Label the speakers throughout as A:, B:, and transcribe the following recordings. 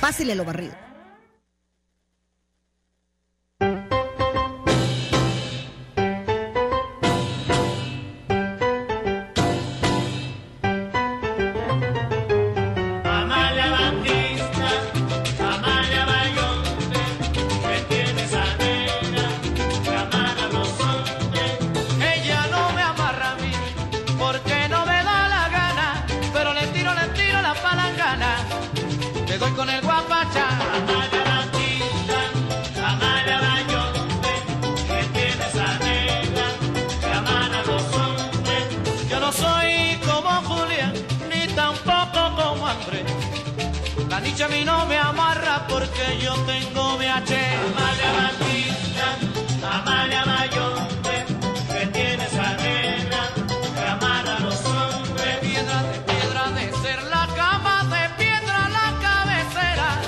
A: Pásele lo barrido.
B: Amalia Batista, Amalia Bayonte, que tiene esa nena, que amarra a los hombres. Ella no me amarra a mí, porque no me da la gana, pero le tiro, le tiro la palangana, le doy con el guapacha. Amalia Batista, Amalia Bayonte, que tiene esa nena, que amarra a los hombres. Yo no soy como Julián, ni tampoco como Andrés. La nicha a mí no me amarra porque yo tengo VH. Amalia Batista, Amalia Mayombe, que tiene esa nena, que amarra a los hombres. Piedra de piedra de ser la cama de piedra, la cabecera.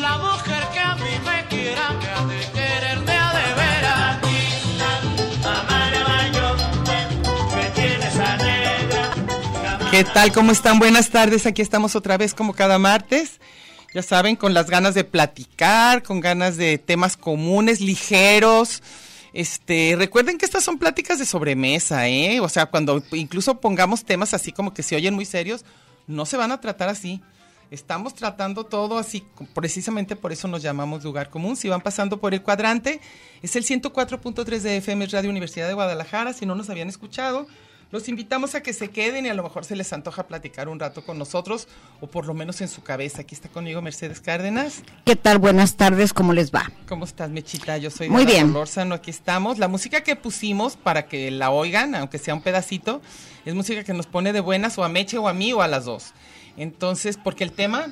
B: La mujer que a mí me quiera, que ha de quererme a de veras. Batista, Amalia Mayombe, que tiene esa negra, que amarra
C: ¿Qué tal? ¿Cómo están? Buenas tardes. Aquí estamos otra vez como cada martes. Ya saben, con las ganas de platicar, con ganas de temas comunes, ligeros. Este, recuerden que estas son pláticas de sobremesa, ¿eh? O sea, cuando incluso pongamos temas así como que se oyen muy serios, no se van a tratar así. Estamos tratando todo así, precisamente por eso nos llamamos lugar común. Si van pasando por el cuadrante, es el 104.3 de FM es Radio Universidad de Guadalajara. Si no nos habían escuchado, los invitamos a que se queden y a lo mejor se les antoja platicar un rato con nosotros o por lo menos en su cabeza. Aquí está conmigo Mercedes Cárdenas.
A: ¿Qué tal? Buenas tardes, ¿cómo les va?
C: ¿Cómo estás, Mechita? Yo soy
A: Muy
C: Dana
A: bien.
C: Solórzano, aquí estamos. La música que pusimos para que la oigan, aunque sea un pedacito, es música que nos pone de buenas o a Meche o a mí o a las dos. Entonces, porque el tema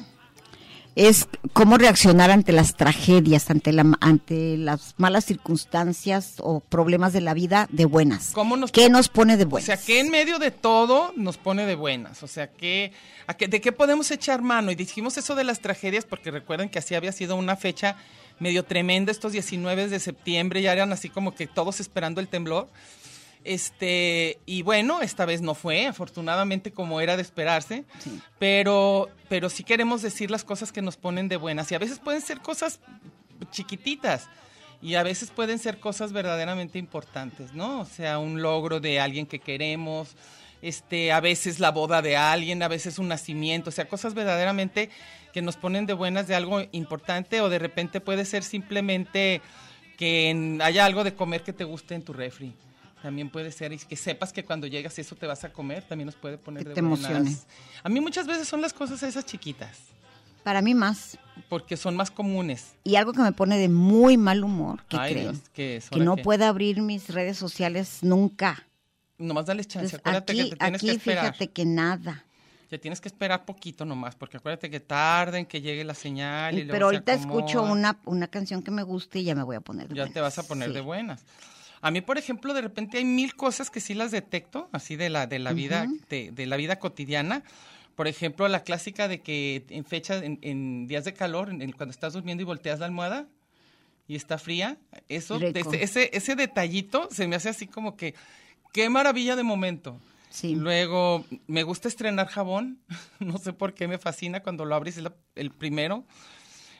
A: Es cómo reaccionar ante las tragedias, ante, la, ante las malas circunstancias o problemas de la vida de buenas.
C: ¿Cómo nos-
A: ¿Qué nos pone de
C: O
A: buenas?
C: sea, que en medio de todo nos pone de buenas. O sea, que, a que- ¿de qué podemos echar mano? Y dijimos eso de las tragedias porque recuerden que así había sido una fecha medio tremenda estos 19 de septiembre. Ya eran así como que todos esperando el temblor. Este, y bueno, esta vez no fue, afortunadamente como era de esperarse, pero, pero sí queremos decir las cosas que nos ponen de buenas y a veces pueden ser cosas chiquititas y a veces pueden ser cosas verdaderamente importantes, ¿no? O sea, un logro de alguien que queremos, este, a veces la boda de alguien, a veces un nacimiento, o sea, cosas verdaderamente que nos ponen de buenas de algo importante o de repente puede ser simplemente que en- haya algo de comer que te guste en tu refri. También puede ser y que sepas que cuando llegas eso te vas a comer, también nos puede poner
A: Que
C: de
A: te
C: buenas.
A: emocione.
C: A mí muchas veces son las cosas esas chiquitas,
A: Para mí más.
C: porque son más comunes.
A: Y algo que me pone de muy mal humor, ¿qué
C: Ay,
A: creen?
C: Dios, ¿qué es?
A: que
C: ¿Ahora
A: no
C: qué?
A: pueda abrir mis redes sociales nunca.
C: Nomás dale chance,
A: Entonces,
C: acuérdate
A: aquí,
C: que te tienes
A: aquí
C: que esperar.
A: fíjate que nada.
C: Te tienes que esperar poquito nomás, porque acuérdate que tarden, que llegue la señal.
A: Y-
C: Y, luego
A: pero
C: se
A: ahorita
C: acomoda.
A: escucho una, una canción que me guste y ya me voy a poner de
C: Ya te
A: buenas.
C: vas a poner
A: Sí.
C: de buenas. A mí, por ejemplo, de repente hay mil cosas que sí las detecto, así de la, de la vida, de, de la vida cotidiana. Por ejemplo, la clásica de que en fechas, en, en días de calor, en- en cuando estás durmiendo y volteas la almohada y está fría, eso,
A: Rico.
C: ese, ese, ese detallito se me hace así como que, qué maravilla de momento.
A: Sí.
C: Luego, me gusta estrenar jabón. No sé por qué me fascina cuando lo abres es la- el primero.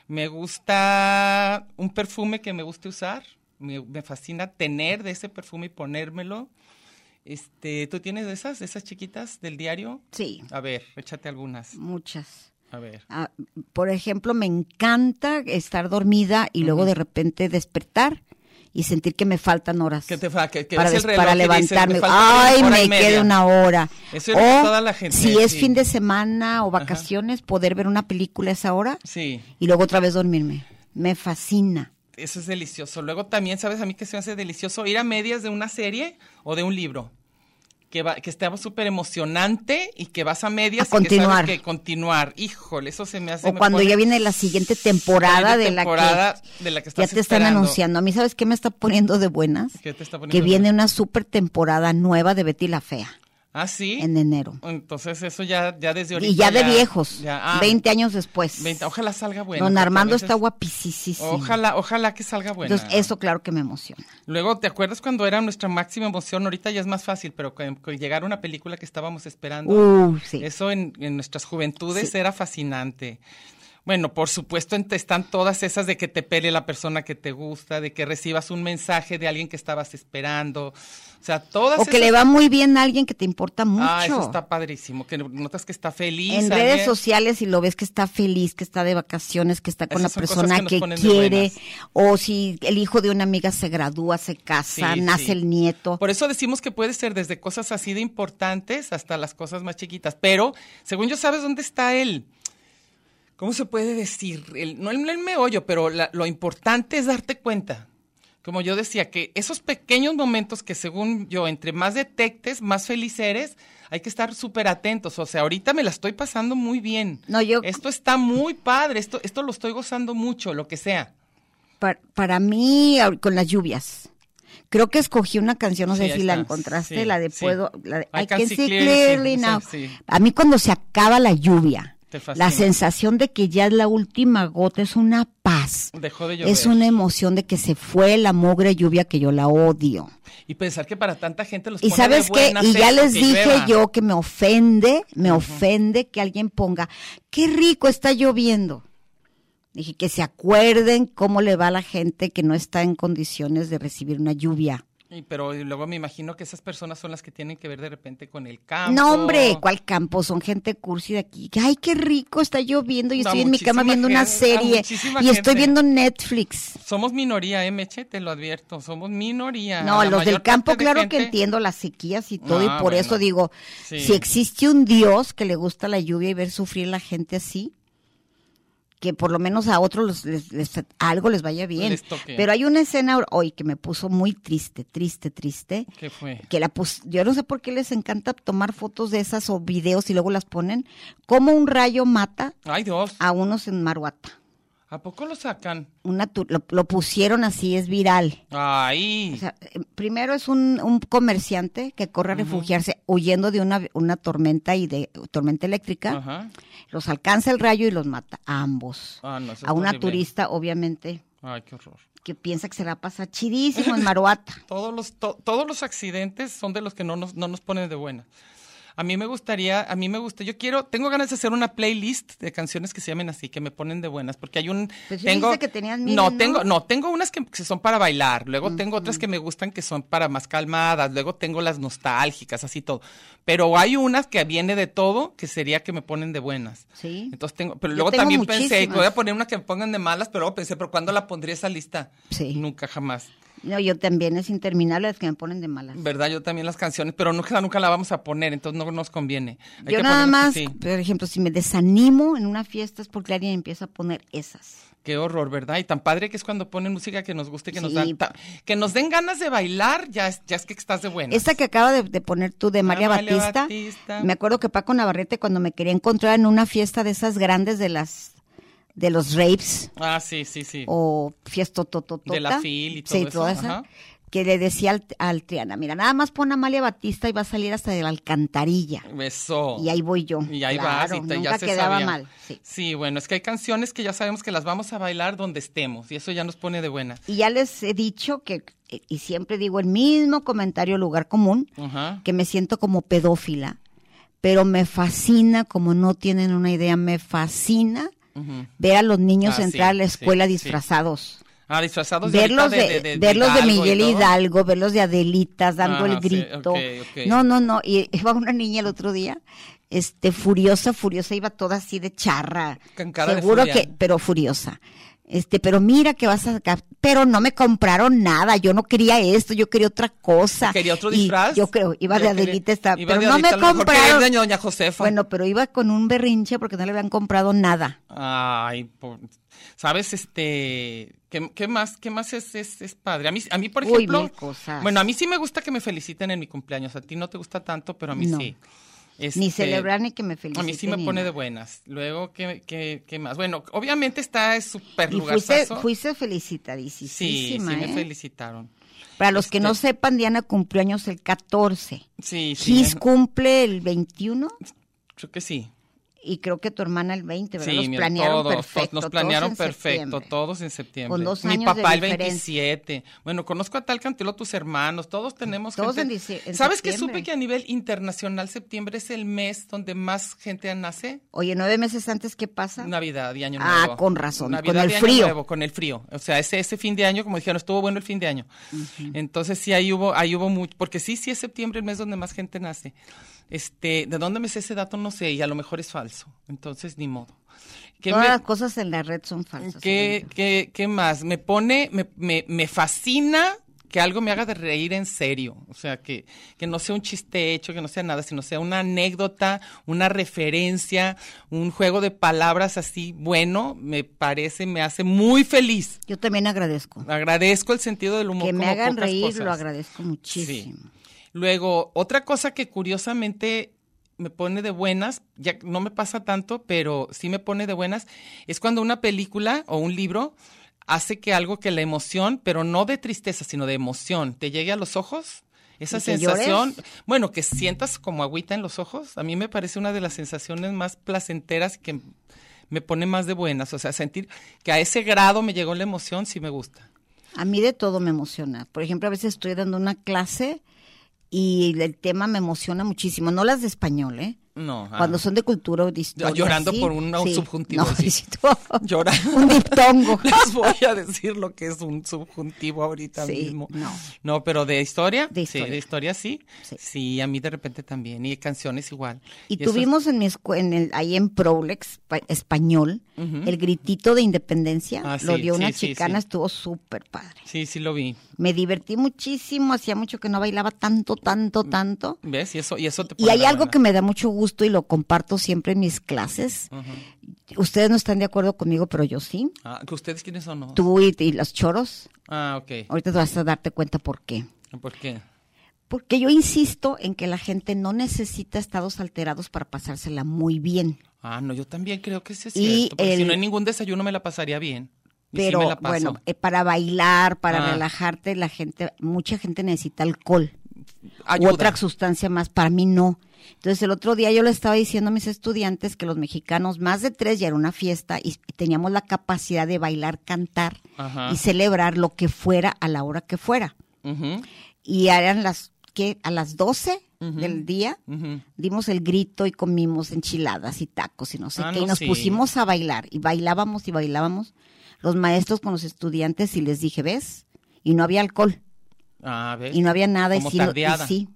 C: Me gusta un perfume que me guste usar. Me, me fascina tener de ese perfume y ponérmelo. Este, ¿Tú tienes de esas, de esas chiquitas del diario?
A: Sí,
C: A ver, échate algunas.
A: muchas.
C: A ver.
A: Ah, por ejemplo, me encanta estar dormida y luego de repente despertar y sentir que me faltan horas.
C: Que te fa- que- que
A: para,
C: ves el
A: des-
C: reloj
A: para
C: y dices, "Me
A: levantarme.
C: falta una
A: Ay,
C: hora
A: me
C: y media".
A: queda una hora.
C: Eso es
A: o
C: toda la gente,
A: si es
C: sí.
A: fin de semana o vacaciones, poder ver una película a esa hora
C: Sí.
A: y luego otra vez dormirme. Me fascina.
C: Eso es delicioso. Luego también, ¿sabes a mí que se me hace delicioso? Ir a medias de una serie o de un libro. Que, va, que está súper emocionante y que vas a medias
A: A
C: y que
A: continuar.
C: sabes que continuar. Híjole, eso se me hace...
A: O
C: me
A: cuando
C: pone-
A: ya viene la siguiente temporada,
C: Siguiente
A: de,
C: temporada
A: la que
C: de la que
A: ya
C: estás
A: te están
C: esperando.
A: anunciando. A mí, ¿sabes qué me está poniendo de buenas?
C: ¿Qué te está
A: que
C: poniendo?
A: viene una super temporada nueva de Betty la Fea
C: Ah, sí.
A: en enero.
C: Entonces eso ya, ya desde ahorita...
A: Y ya de viejos,
C: ya, ah,
A: 20 años después.
C: 20, Ojalá salga bueno.
A: Don
C: porque a
A: Armando
C: veces-
A: está guapicísimo.
C: Ojalá, ojalá que salga bueno.
A: Entonces, eso claro que me emociona.
C: Luego, ¿te acuerdas cuando era nuestra máxima emoción? Ahorita ya es más fácil, pero con, con llegar a una película que estábamos esperando,
A: Uh, sí.
C: eso en, en nuestras juventudes
A: Sí.
C: era fascinante. Bueno, por supuesto ent- están todas esas de que te pele la persona que te gusta, de que recibas un mensaje de alguien que estabas esperando. O sea, todas
A: O que le
C: esas-
A: va muy bien a alguien que te importa mucho.
C: Ah, eso está ¿eh? padrísimo, que notas que está feliz.
A: en
C: alguien.
A: redes sociales y lo ves que está feliz, que está de vacaciones, que está con
C: Esas
A: la
C: son cosas
A: persona
C: que nos
A: que,
C: ponen de
A: quiere, o si el hijo de una amiga se gradúa, se casa,
C: Sí,
A: nace
C: sí.
A: el nieto.
C: Por eso decimos que puede ser desde cosas así de importantes hasta las cosas más chiquitas. Pero, según yo, ¿sabes dónde está él? ¿Cómo se puede decir? El- no el, el meollo, pero la- lo importante es darte cuenta. Como yo decía, que esos pequeños momentos que según yo, entre más detectes, más feliz eres, hay que estar súper atentos. O sea, ahorita me la estoy pasando muy bien.
A: No, yo-
C: Esto está muy padre, esto, esto lo estoy gozando mucho, lo que sea.
A: Para, para mí, ahor- con las lluvias. Creo que escogí una canción, no
C: Sí,
A: sé
C: ahí
A: si la
C: está.
A: encontraste,
C: Sí,
A: la de
C: sí.
A: Puedo, la de
C: I
A: I
C: can
A: can
C: see
A: see
C: clearly,
A: clearly
C: sí,
A: now.
C: sí.
A: A mí cuando se acaba la lluvia,
C: Te fascina.
A: la sensación de que ya es la última gota es una paz.
C: Dejó de llover.
A: Es una emoción de que se fue la mugre lluvia que yo la odio.
C: Y pensar que para tanta gente los
A: Y
C: pone de
A: sabes qué,
C: buenas
A: y ya
C: esto
A: les
C: que
A: dije
C: llueva.
A: yo que me ofende, me ofende que alguien ponga, qué rico está lloviendo. Dije que se acuerden cómo le va a la gente que no está en condiciones de recibir una lluvia.
C: Y, pero y luego me imagino que esas personas son las que tienen que ver de repente con el campo.
A: No, hombre, ¿cuál campo? Son gente cursi de aquí. Ay, qué rico está lloviendo. Yo
C: No,
A: estoy en mi
C: muchísima
A: cama viendo una
C: gente, no,
A: serie
C: muchísima
A: y estoy
C: gente.
A: viendo Netflix.
C: Somos minoría, eh, Meche, te lo advierto, somos minoría.
A: No,
C: La
A: los
C: mayor
A: del campo,
C: parte de
A: claro que
C: gente-
A: entiendo las sequías y todo, y
C: Ah,
A: por
C: bueno.
A: eso digo,
C: Sí.
A: si existe un Dios que le gusta la lluvia y ver sufrir la gente así, que por lo menos a otros los- les- les- algo les vaya bien.
C: Les toque.
A: Pero hay una escena hoy que me puso muy triste, triste, triste,
C: ¿Qué fue?
A: que la pus- yo no sé por qué les encanta tomar fotos de esas o videos y luego las ponen, como un rayo mata
C: Ay, Dios.
A: a unos en Maruata.
C: ¿A poco lo sacan?
A: Una tu- lo- lo pusieron así, es viral.
C: Ay.
A: O sea, eh, primero es un, un comerciante que corre a refugiarse huyendo de una, una tormenta y de tormenta eléctrica.
C: Ajá.
A: Los alcanza el rayo y los mata a ambos.
C: Ah, no, eso
A: a
C: es
A: una
C: horrible.
A: turista, obviamente,
C: Ay, qué horror.
A: que piensa que se la va a pasar chidísimo en Maruata.
C: Todos los, to- todos los accidentes son de los que no nos, no nos ponen de buena. A mí me gustaría, a mí me gusta, yo quiero, tengo ganas de hacer una playlist de canciones que se llamen así, que me ponen de buenas, porque hay un,
A: Pues sí
C: tengo,
A: dijiste que tenías miles,
C: no,
A: ¿no? Mm,
C: tengo, no, tengo unas que, que son para bailar, luego tengo otras que me gustan que son para más calmadas, luego tengo las nostálgicas, así todo, pero hay unas que viene de todo, que sería que me ponen de buenas.
A: Sí.
C: Entonces tengo, pero
A: Yo
C: luego
A: tengo
C: también pensé,
A: muchísimas.
C: voy a poner una que me pongan de malas, pero luego pensé, pero ¿cuándo la pondría esa lista?
A: Sí.
C: Nunca, jamás.
A: No, yo también es interminable, es que me ponen de malas.
C: ¿Verdad? Yo también las canciones, pero nunca, nunca la vamos a poner, entonces no nos conviene. Hay
A: Yo
C: que
A: nada
C: ponerlas
A: más,
C: así.
A: por ejemplo, si me desanimo en una fiesta es porque alguien empieza a poner esas.
C: Qué horror, ¿verdad? Y tan padre que es cuando ponen música que nos guste, que nos
A: Sí.
C: dan, ta- que nos den ganas de bailar, ya es, ya es que estás de buena.
A: Esta que acaba de, de poner tú de María
C: Amalia
A: Batista,
C: Batista.
A: me acuerdo que Paco Navarrete cuando me quería encontrar en una fiesta de esas grandes de las de los rapes
C: Ah, sí, sí, sí.
A: o fiesta tototota,
C: De la fil y todo
A: sí,
C: eso,
A: toda esa,
C: ajá.
A: que le decía al, al Triana, mira, nada más pon a Amalia Batista y va a salir hasta de la alcantarilla.
C: Beso.
A: Y ahí voy yo.
C: Oh. Y ahí
A: Claro,
C: vas y te-
A: nunca
C: ya se
A: quedaba
C: sabía.
A: mal. Sí.
C: bueno, es que hay canciones que ya sabemos que las vamos a bailar donde estemos y eso ya nos pone de buena.
A: Y ya les he dicho que, y siempre digo el mismo comentario, lugar común,
C: Ajá.
A: que me siento como pedófila, pero me fascina, como no tienen una idea, me fascina
C: Ujú.
A: ver a los niños
C: Ah,
A: entrar a
C: sí,
A: la escuela
C: sí, sí.
A: disfrazados.
C: Ah, disfrazados de
A: Verlos de,
C: ahorita
A: verlos de
C: Hidalgo y
A: Miguel
C: todo.
A: Hidalgo, verlos de Adelitas dando el
C: Ajá, sí,
A: grito.
C: ok, ok.
A: No, no, no. Y iba una niña el otro día, este, furiosa, furiosa, iba toda así de charra.
C: Con cara de
A: Seguro
C: furia.
A: que, pero furiosa. Este, pero mira que vas a sacar. Pero no me compraron nada. Yo no quería esto, yo quería otra cosa.
C: Quería otro
A: Y
C: disfraz.
A: yo creo, iba de
C: Yo quería-
A: Adelita esta.
C: iba
A: Pero
C: de
A: no
C: Adelita,
A: me
C: a lo mejor quería ir
A: compraron.
C: de Doña Josefa.
A: Bueno, pero iba con un berrinche porque no le habían comprado nada.
C: Ay, por- sabes, este, ¿qué, qué más, qué más es, es, es padre? A mí, a mí, por
A: Uy,
C: ejemplo,
A: mil cosas.
C: bueno, a mí sí me gusta que me feliciten en mi cumpleaños. A ti no te gusta tanto, pero a mí
A: No.
C: sí.
A: Ni
C: Este,
A: celebrar ni que me
C: A
A: feliciten.
C: mí sí me
A: ni
C: pone
A: nada.
C: de buenas. Luego, ¿qué, qué, qué más? Bueno, obviamente está es súper
A: Y fuiste,
C: lugarzazo.
A: fuiste
C: sí, sí
A: felicitadísima,
C: me
A: ¿eh?
C: felicitaron.
A: Para los que no
C: Este-
A: sepan, Diana cumplió años el 14.
C: Sí, sí.
A: Gis cumple el 21
C: Creo que sí.
A: y creo que tu hermana el 20, ¿verdad?
C: Sí,
A: los
C: mira,
A: planearon
C: todos, todos,
A: perfecto.
C: Nos
A: todos
C: planearon
A: en
C: perfecto,
A: septiembre.
C: todos en septiembre.
A: Con dos
C: Mi
A: años de
C: papá el
A: diferencia.
C: 27. Bueno, conozco a tal cantidad tus hermanos, todos tenemos
A: Todos
C: gente-
A: en dicie- en
C: ¿Sabes que
A: septiembre.
C: supe que a nivel internacional septiembre es el mes donde más gente nace?
A: Oye, nueve meses antes, ¿qué pasa?
C: Navidad y Año
A: Ah,
C: Nuevo.
A: con razón,
C: Navidad
A: con el
C: y Año
A: frío.
C: Nuevo, con el frío. O sea, ese, ese fin de año, como dijeron, estuvo bueno el fin de año. Entonces sí, ahí hubo, ahí hubo mucho, porque sí, sí es septiembre el mes donde más gente nace. Este, ¿de dónde me sé ese dato? No sé, y a lo mejor es falso. Entonces, ni modo. ¿Qué
A: Todas
C: me-
A: las cosas en la red son falsas.
C: ¿Qué,
A: según yo.
C: qué, qué más? Me pone, me, me, me fascina que algo me haga de reír en serio. O sea, que, que no sea un chiste hecho, que no sea nada, sino sea una anécdota, una referencia, un juego de palabras así bueno, me parece, me hace muy feliz.
A: Yo también agradezco.
C: Agradezco el sentido del humor.
A: Que me
C: como
A: hagan
C: pocas
A: reír, lo
C: cosas.
A: agradezco muchísimo.
C: Luego, otra cosa que curiosamente me pone de buenas, ya que no me pasa tanto, pero sí me pone de buenas, es cuando una película o un libro hace que algo que la emoción, pero no de tristeza, sino de emoción, te llegue a los ojos. Esa
A: ¿Y que
C: sensación,
A: llores?
C: bueno, que sientas como agüita en los ojos, a mí me parece una de las sensaciones más placenteras que me pone más de buenas. O sea, sentir que a ese grado me llegó la emoción, sí me gusta.
A: A mí de todo me emociona. Por ejemplo, a veces estoy dando una clase y el tema me emociona muchísimo. No las de español, ¿eh?
C: No. ah.
A: Cuando son de cultura o de historia.
C: Llorando
A: sí,
C: por un
A: sí.
C: subjuntivo,
A: No,
C: sí.
A: sí, tú-
C: Llora.
A: un diptongo.
C: Les voy a decir lo que es un subjuntivo ahorita
A: Sí,
C: mismo.
A: no.
C: No, pero de historia.
A: De
C: Sí,
A: historia.
C: de historia sí.
A: Sí.
C: sí. a mí de repente también. Y canciones igual.
A: Y
C: eso es-
A: tuvimos en mi escu- en el, ahí en Prolex pa- español el gritito de independencia.
C: Ah,
A: Lo
C: sí,
A: dio una
C: sí, sí,
A: chicana,
C: sí.
A: estuvo súper padre.
C: Sí, sí lo vi.
A: Me divertí muchísimo, hacía mucho que no bailaba tanto, tanto,
C: Mm.
A: tanto.
C: ¿Ves? Y eso, y eso te
A: Y
C: pone
A: hay
C: la
A: algo
C: buena.
A: que me da mucho gusto y lo comparto siempre en mis clases. Ustedes no están de acuerdo conmigo, pero yo sí.
C: Ah, ¿que ¿Ustedes quiénes son? No?
A: Tú y, y los choros.
C: Ah, ok.
A: Ahorita vas a darte cuenta por qué.
C: ¿Por qué?
A: Porque yo insisto en que la gente no necesita estados alterados para pasársela muy bien.
C: Ah, no, yo también creo que sí es
A: Y
C: cierto. Porque si
A: el-
C: no hay ningún desayuno me la pasaría bien. Y sí
A: Pero
C: me la paso.
A: bueno, eh, para bailar, para
C: Ah.
A: relajarte, la gente, mucha gente necesita alcohol u
C: Ayuda.
A: otra sustancia más. Para mí no. Entonces el otro día yo le estaba diciendo a mis estudiantes que los mexicanos, más de tres, ya era una fiesta y teníamos la capacidad de bailar, cantar
C: Ajá.
A: y celebrar lo que fuera a la hora que fuera.
C: Ujú,
A: Y eran las, ¿qué? A las 12 del día.
C: ujú.
A: dimos el grito y comimos enchiladas y tacos y no sé
C: Ah,
A: qué, y
C: no,
A: nos
C: sí.
A: pusimos a bailar y bailábamos y bailábamos los maestros con los estudiantes y les dije, ¿ves? Y no había alcohol
C: Ah, ¿ves?
A: y no había nada
C: Como
A: y, sí, lo- y
C: tardeada.
A: sí.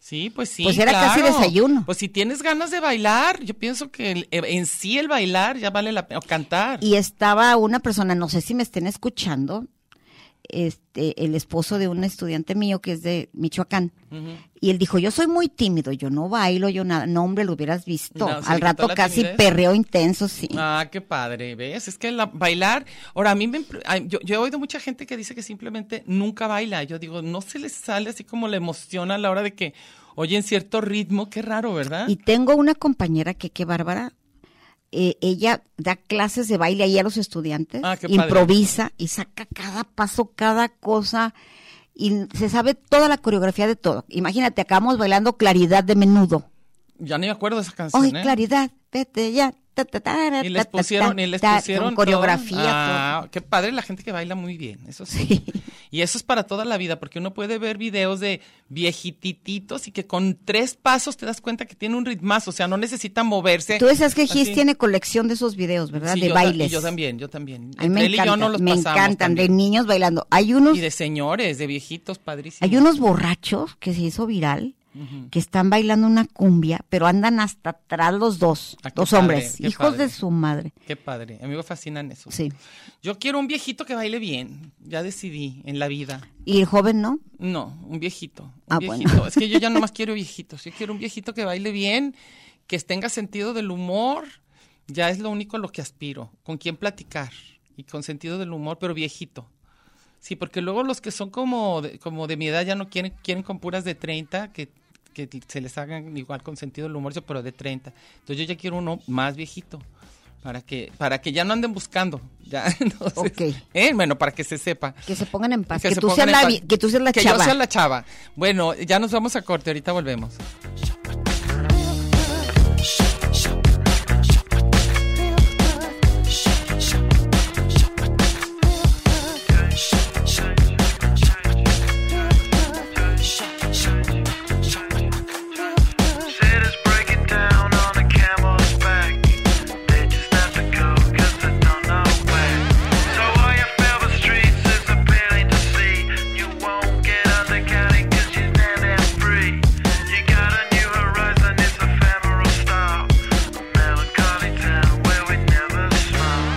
C: Sí, pues sí.
A: Pues era casi
C: claro.
A: desayuno.
C: Pues si tienes ganas de bailar, yo pienso que el- eh, en sí el bailar ya vale la pena, o cantar.
A: Y estaba una persona, no sé si me estén escuchando, este, el esposo de un estudiante mío que es de Michoacán. Y él dijo, yo soy muy tímido, yo no bailo, yo nada. No, hombre, lo hubieras visto.
C: No, se le
A: Al
C: quitó
A: rato
C: la
A: casi
C: timidez.
A: perreo intenso, sí.
C: Ah, qué padre, ¿ves? Es que la- bailar, ahora a mí me, impre- ay, yo, yo he oído mucha gente que dice que simplemente nunca baila, yo digo, no se les sale así como la emoción a la hora de que oyen cierto ritmo, qué raro, ¿verdad?
A: Y tengo una compañera que, qué bárbara, eh, ella da clases de baile ahí a los estudiantes,
C: Ah, qué padre.
A: improvisa y saca cada paso, cada cosa, y se sabe toda la coreografía de todo. Imagínate, acabamos bailando Claridad de menudo.
C: Ya ni me acuerdo de esa canción,
A: Ay,
C: ¿eh?
A: Claridad, vete ya. ta, ta, ta, ra,
C: Y
A: ta,
C: les
A: ta,
C: pusieron,
A: ta,
C: y les
A: ta,
C: pusieron
A: con
C: todo.
A: coreografía.
C: Ah, qué padre la gente que baila muy bien, eso sí. Y eso es para toda la vida, porque uno puede ver videos de viejitititos y que con tres pasos te das cuenta que tiene un ritmazo, o sea, no necesita moverse.
A: todo. Tú sabes que Gis
C: Ah, así.
A: tiene colección de esos videos, ¿verdad?
C: Sí,
A: de
C: yo ta- y
A: bailes.
C: Yo también, yo también.
A: A mí me
C: Entre él y yo
A: encantan,
C: no los
A: me
C: pasamos
A: encantan, de
C: también.
A: niños bailando. Hay unos
C: Y de señores, de viejitos, padrísimos.
A: Hay unos borrachos que se hizo viral que están bailando una cumbia, pero andan hasta atrás los dos,
C: Ah, qué
A: los
C: padre,
A: hombres,
C: qué
A: hijos de
C: padre.
A: su madre.
C: Qué padre. A mí me fascinan eso.
A: Sí.
C: Yo quiero un viejito que baile bien. Ya decidí en la vida.
A: Y el joven no.
C: No, un viejito. Un
A: Ah, bueno.
C: viejito. Es que yo ya nomás quiero viejitos. Yo quiero un viejito que baile bien, que tenga sentido del humor. Ya es lo único a lo que aspiro. Con quien platicar y con sentido del humor, pero viejito. Sí, porque luego los que son como de, como de mi edad ya no quieren, quieren con puras de 30 que, que se les hagan igual con sentido del humor, yo, pero de 30. Entonces yo ya quiero uno más viejito. Para que, para que ya no anden buscando. Ya, entonces,
A: Ok.
C: ¿eh? Bueno, para que se sepa.
A: Que se pongan en paz. Que,
C: se
A: tú, seas
C: pongan en
A: la,
C: paz.
A: vi- que tú seas la
C: Que
A: chava.
C: yo sea la chava. Bueno, ya nos vamos a corte, ahorita volvemos.
D: Said it's breaking down on a camel's back. They just have to go 'cause they don't know where. So all you fellow streets is appealing to see. You won't get undercounted 'cause you're damn damn free. You got a new horizon, it's ephemeral style. A melancholy town where we never smile.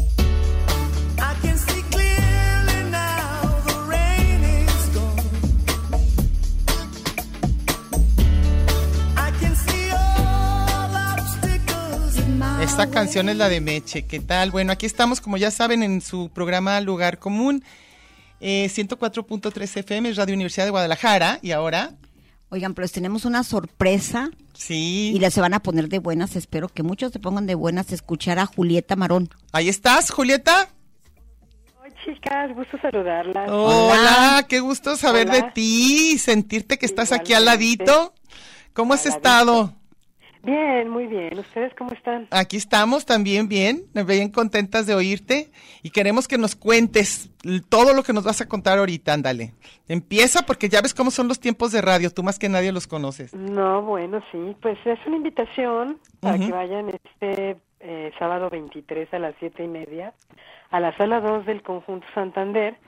E: I can see clearly now the rain is gone. I can see all obstacles in my
C: Esta canción es la de Meche, ¿qué tal? Bueno, aquí estamos, como ya saben, en su programa Lugar Común, eh, 104.3 FM, es Radio Universidad de Guadalajara, y ahora,
A: Oigan, pero les tenemos una sorpresa
C: sí,
A: y las se van a poner de buenas. Espero que muchos se pongan de buenas escuchar a Julieta Marón.
C: ahí estás, Julieta.
F: Hola, chicas, gusto saludarlas.
C: Hola, qué gusto saber
F: Hola.
C: de ti, sentirte que estás aquí al
F: Igualmente.
C: ladito. ¿Cómo has
F: Al ladito.
C: estado?
F: Bien, muy bien. ¿Ustedes cómo están?
C: Aquí estamos también bien, bien contentas de oírte y queremos que nos cuentes l- todo lo que nos vas a contar ahorita, ándale. Empieza porque ya ves cómo son los tiempos de radio, tú más que nadie los conoces.
F: No, bueno, sí, pues es una invitación para
C: Ujú.
F: que vayan este eh, sábado 23 a las siete y media a la sala 2 del Conjunto Santander.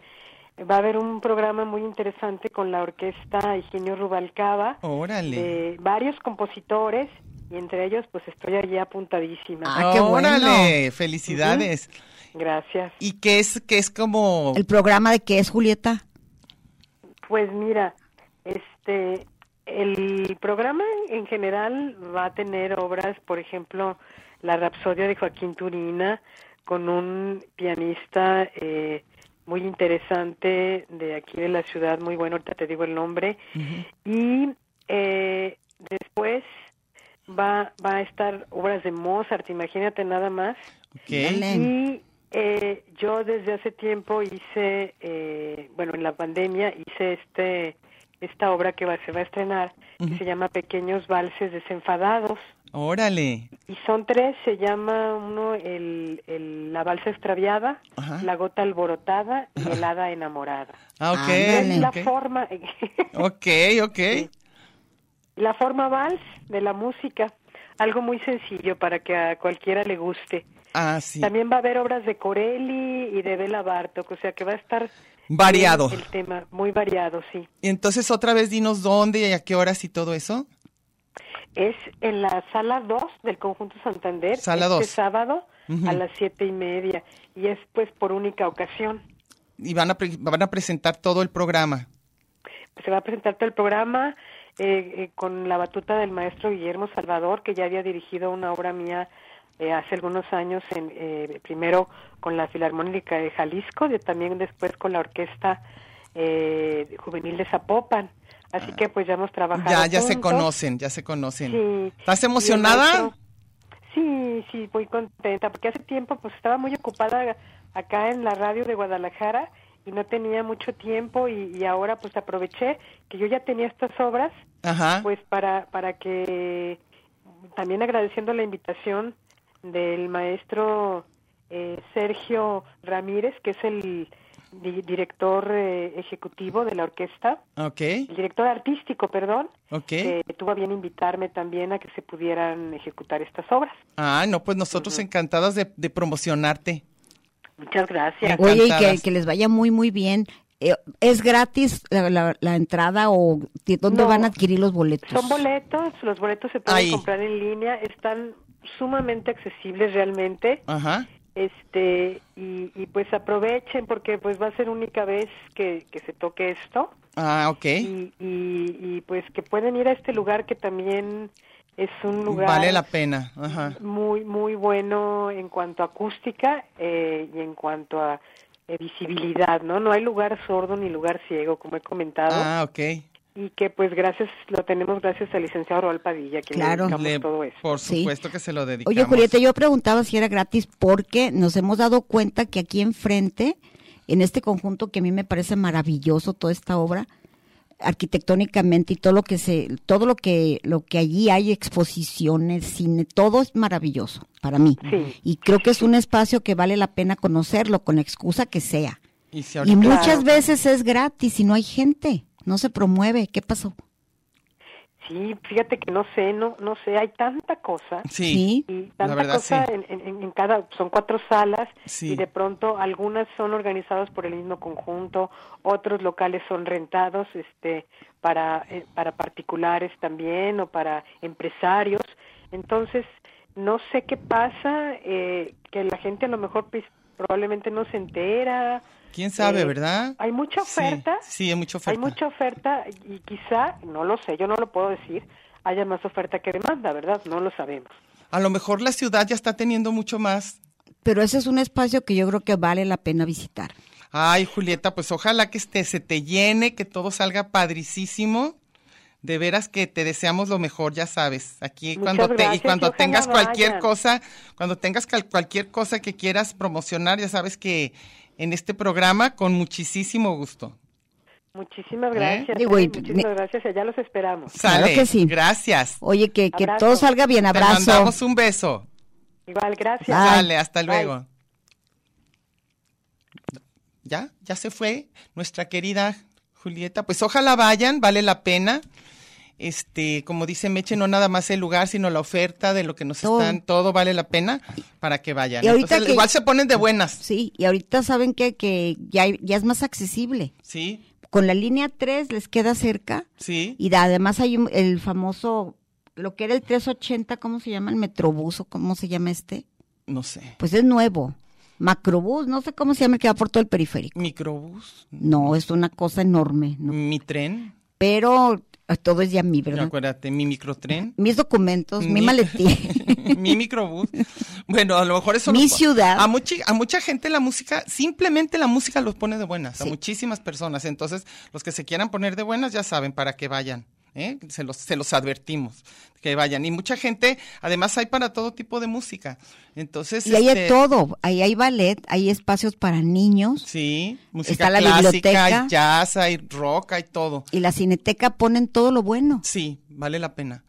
F: Va a haber un programa muy interesante con la orquesta Higinio Rubalcaba,
C: Órale.
F: de varios compositores, y entre ellos pues estoy allí apuntadísima.
A: Ah, qué bueno.
C: Órale, felicidades.
F: Gracias.
C: Y que es que es como
A: El programa de qué es Julieta.
F: Pues mira, este, el programa en general va a tener obras, por ejemplo, la Rapsodia de Joaquín Turina, con un pianista eh, muy interesante de aquí de la ciudad, muy bueno, ahorita te digo el nombre, y eh, después va, va a estar obras de Mozart, imagínate nada más.
C: ¿qué?
A: Len.
F: Y eh, yo desde hace tiempo hice, eh, bueno, en la pandemia hice este esta obra que va, se va a estrenar, que se llama Pequeños Valses Desenfadados.
C: Órale.
F: Y son tres, se llama uno el, el La Balsa Extraviada,
C: Ajá.
F: La Gota Alborotada y El Hada Enamorada.
C: Ah, ok.
A: Ándale.
F: Es la
C: ok.
F: forma,
C: Ok, ok.
F: la forma vals de la música, algo muy sencillo para que a cualquiera le guste.
C: Ah, sí.
F: También va a haber obras de Corelli y de Bela Bartok, o sea que va a estar
C: Variado.
F: bien El tema muy variado, sí.
C: Y entonces otra vez dinos dónde y a qué horas y todo eso.
F: Es en la sala 2 del conjunto Santander.
C: Sala
F: este
C: dos.
F: sábado
C: Ujú.
F: a las siete y media y es pues por única ocasión.
C: Y van a, pre- van a presentar todo el programa.
F: Se va a presentar todo el programa eh, eh, con la batuta del maestro Guillermo Salvador que ya había dirigido una obra mía eh, hace algunos años en, eh, primero con la Filarmónica de Jalisco y también después con la Orquesta eh, Juvenil de Zapopan. Así que pues ya hemos trabajado.
C: Ah. Ya, ya se
F: juntos.
C: conocen, ya se conocen.
F: Sí.
C: ¿Estás
F: Y el
C: emocionada?
F: maestro- Sí, sí, muy contenta, porque hace tiempo pues estaba muy ocupada acá en la radio de Guadalajara y no tenía mucho tiempo y, y ahora pues aproveché que yo ya tenía estas obras
C: Ajá.
F: pues para, para que también agradeciendo la invitación del maestro eh, Sergio Ramírez, que es el di- director eh, ejecutivo de la orquesta,
C: Ok,
F: el director artístico, perdón,
C: ok.
F: que tuvo a bien invitarme también a que se pudieran ejecutar estas obras.
C: Ah, no, pues nosotros encantadas de, de promocionarte.
F: Muchas gracias.
C: Venga.
A: Oye, y que,
C: encantadas.
A: que les vaya muy, muy bien. Eh, ¿Es gratis la, la- la entrada o ti- dónde
F: No.
A: van a adquirir los boletos?
F: Son boletos, los boletos se pueden
C: Ahí.
F: comprar en línea, están sumamente accesibles realmente.
C: Ajá.
F: Este, y, y pues aprovechen porque pues va a ser única vez que, que se toque esto.
C: Ah, ok.
F: Y, y, y, pues que pueden ir a este lugar que también es un lugar
C: Vale la pena. Ajá.
F: muy muy bueno en cuanto a acústica eh, y en cuanto a eh, visibilidad, ¿no? No hay lugar sordo ni lugar ciego, como he comentado,
C: Ah, ok.
F: y que pues gracias lo tenemos gracias al licenciado Raúl Padilla que
A: Claro.
F: le dedicamos
C: Le-
F: todo eso.
C: por
A: Sí.
C: supuesto que se lo dedicamos.
A: Oye, Julieta, yo preguntaba si era gratis porque nos hemos dado cuenta que aquí enfrente, en este conjunto que a mí me parece maravilloso toda esta obra, arquitectónicamente y todo lo que se, todo lo que, lo que allí hay, exposiciones, cine, todo es maravilloso para mí.
F: Sí.
A: Y creo que es un espacio que vale la pena conocerlo, con la excusa que sea.
C: Y si
A: Y
C: ahorita-
A: muchas veces es gratis y no hay gente, no se promueve. ¿Qué pasó?
F: Sí, fíjate que no sé, no no sé, hay tanta cosa
C: Sí.
F: y
C: La
F: tanta
C: verdad,
F: cosa
C: sí.
F: en, en- en- en cada son cuatro salas
C: Sí.
F: y de pronto algunas son organizadas por el mismo conjunto otros locales son rentados este para eh, para particulares también o para empresarios entonces no sé qué pasa eh, que la gente a lo mejor pues, probablemente no se entera
C: ¿Quién sabe,
F: Eh,
C: verdad?
F: hay mucha
C: Sí,
F: oferta
C: Sí, hay mucha oferta.
F: hay mucha oferta y quizá no lo sé yo no lo puedo decir haya más oferta que demanda verdad no lo sabemos
C: A lo mejor la ciudad ya está teniendo mucho más.
A: Pero ese es un espacio que yo creo que vale la pena visitar.
C: Ay, Julieta, pues ojalá que este, se te llene, que todo salga padricísimo. De veras que te deseamos lo mejor, ya sabes. Aquí
F: Muchas
C: cuando te, y
F: gracias, y
C: cuando
F: ojalá
C: tengas cualquier
F: vayan.
C: cosa, cuando tengas cal- cualquier cosa que quieras promocionar, ya sabes que en este programa con muchísimo gusto.
F: Muchísimas
C: ¿Eh?
F: gracias. ¿eh?
A: Digo, y-
F: Muchísimas gracias. Allá los esperamos.
C: Sale.
A: que sí.
C: Gracias.
A: Oye, que, que
F: Abrazo.
A: todo salga bien,
C: Te
A: abrazo.
C: mandamos un beso.
F: Igual, gracias.
A: Bye.
C: Sale, hasta
F: Bye.
C: luego. Ya, ya se fue nuestra querida Julieta. Pues ojalá vayan, vale la pena. Este, como dice Meche, no nada más el lugar, sino la oferta de lo que nos
A: Todo.
C: están, todo vale la pena para que vayan.
A: Y ahorita
C: Entonces,
A: que-
C: Igual se ponen de buenas,
A: Sí, y ahorita saben que, que ya, hay- ya es más accesible.
C: ¿sí?
A: Con la línea 3 les queda cerca
C: Sí.
A: y da- además hay un- el famoso, lo que era el 380, ¿cómo se llama? El Metrobús o cómo se llama este.
C: No sé.
A: Pues es nuevo. Macrobús, no sé cómo se llama el que va por todo el periférico.
C: Microbús,
A: No, es una cosa enorme, ¿no?
C: mi tren,
A: Pero eh, todo es ya mí, ¿verdad?
C: acuérdate, mi microtren.
A: Mis documentos, mi
C: Mi-
A: maletín.
C: mi microbús. Bueno, a lo mejor eso...
A: Mi
C: lo po-
A: ciudad.
C: A, muchi- a mucha gente la música, simplemente la música los pone de buenas, a
A: Sí.
C: muchísimas personas. Entonces, los que se quieran poner de buenas ya saben para que vayan. ¿eh? Se, los, se los advertimos que vayan. Y mucha gente, además hay para todo tipo de música. Entonces...
A: Y ahí
C: este,
A: hay todo, ahí hay ballet, hay espacios para niños
C: Sí, música
A: Está la
C: clásica, hay
A: biblioteca.
C: jazz, hay rock, hay todo.
A: y la cineteca ponen todo lo bueno.
C: Sí, vale la pena.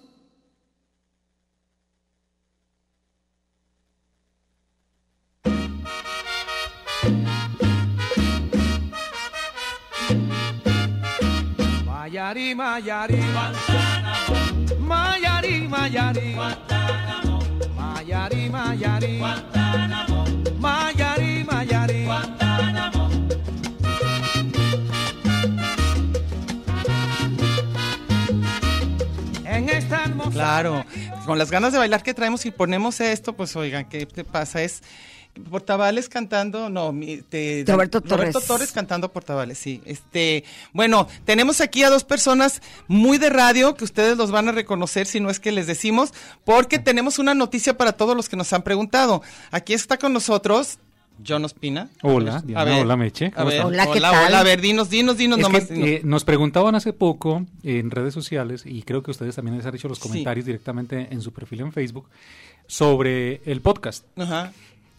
E: Mayari, Mayari, Mayari, Mayari, Mayari, Mayari, Mayari, Mayari, En esta hermosa
C: Claro, con las ganas de bailar que traemos y ponemos esto, pues oigan, ¿qué te pasa? Es Portavales cantando, no, mi- te-
A: Roberto Torres.
C: cantando Portavales, sí. Este, bueno, tenemos aquí a dos personas muy de radio que ustedes los van a reconocer si no es que les decimos, porque tenemos una noticia para todos los que nos han preguntado. Aquí está con nosotros John Ospina.
G: Hola,
C: A
G: Diana,
C: ver,
G: hola, Meche,
C: A
G: ¿cómo
C: ver,
G: están?
C: hola,
A: Hola, ¿qué
C: hola,
A: tal?
C: a ver, dinos, dinos, dinos
G: Es
C: nomás.
G: que, eh, nos preguntaban hace poco en redes sociales, y creo que ustedes también les han hecho los
C: Sí.
G: comentarios directamente en su perfil en Facebook, sobre el podcast.
C: Ajá,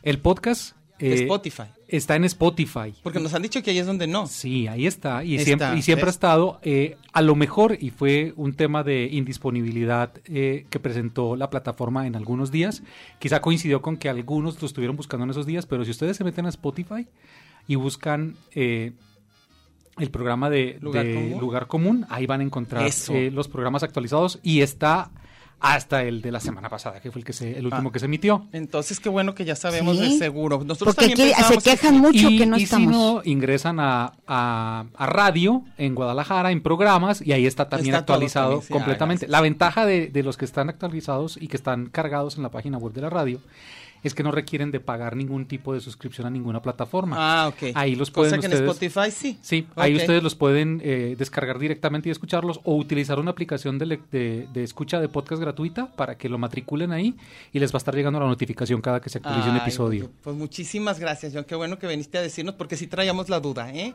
G: El podcast eh,
C: Spotify.
G: está en Spotify.
C: Porque nos han dicho que ahí es donde no.
G: Sí, ahí está. Y
C: Está,
G: siempre, y siempre ha
C: ¿ves?
G: estado, eh, a lo mejor, y fue un tema de indisponibilidad eh, que presentó la plataforma en algunos días. Quizá coincidió con que algunos lo estuvieron buscando en esos días, pero si ustedes se meten a Spotify y buscan eh, el programa de,
C: Lugar
G: de
C: Común.
G: Lugar Común, ahí van a encontrar
C: Eso.
G: eh, los programas actualizados y está hasta el de la semana pasada, que fue el, que se- el último
C: Ah.
G: que se emitió.
C: Entonces, qué bueno que ya sabemos
A: Sí.
C: de seguro. Nosotros
A: Porque
C: también
A: aquí se
C: pensábamos que-
A: quejan mucho
G: y,
A: que no
G: y
A: estamos.
G: si no, ingresan a, a- a radio en Guadalajara, en programas, y ahí está también
C: Está todo
G: actualizado
C: también, sí. Ah,
G: completamente.
C: gracias.
G: la ventaja de, de los que están actualizados y que están cargados en la página web de la radio es que no requieren de pagar ningún tipo de suscripción a ninguna plataforma.
C: Ah, ok.
G: Ahí los
C: Cosa
G: pueden
C: que en
G: ustedes-
C: Spotify sí.
G: Sí, ahí
C: Ok.
G: ustedes los pueden eh, descargar directamente y escucharlos o utilizar una aplicación de, le- de- de escucha de podcast gratuita para que lo matriculen ahí y les va a estar llegando la notificación cada que se actualice un
C: Ay,
G: episodio.
C: Pues, pues muchísimas gracias, John. Qué bueno que viniste a decirnos porque sí traíamos la duda, ¿eh?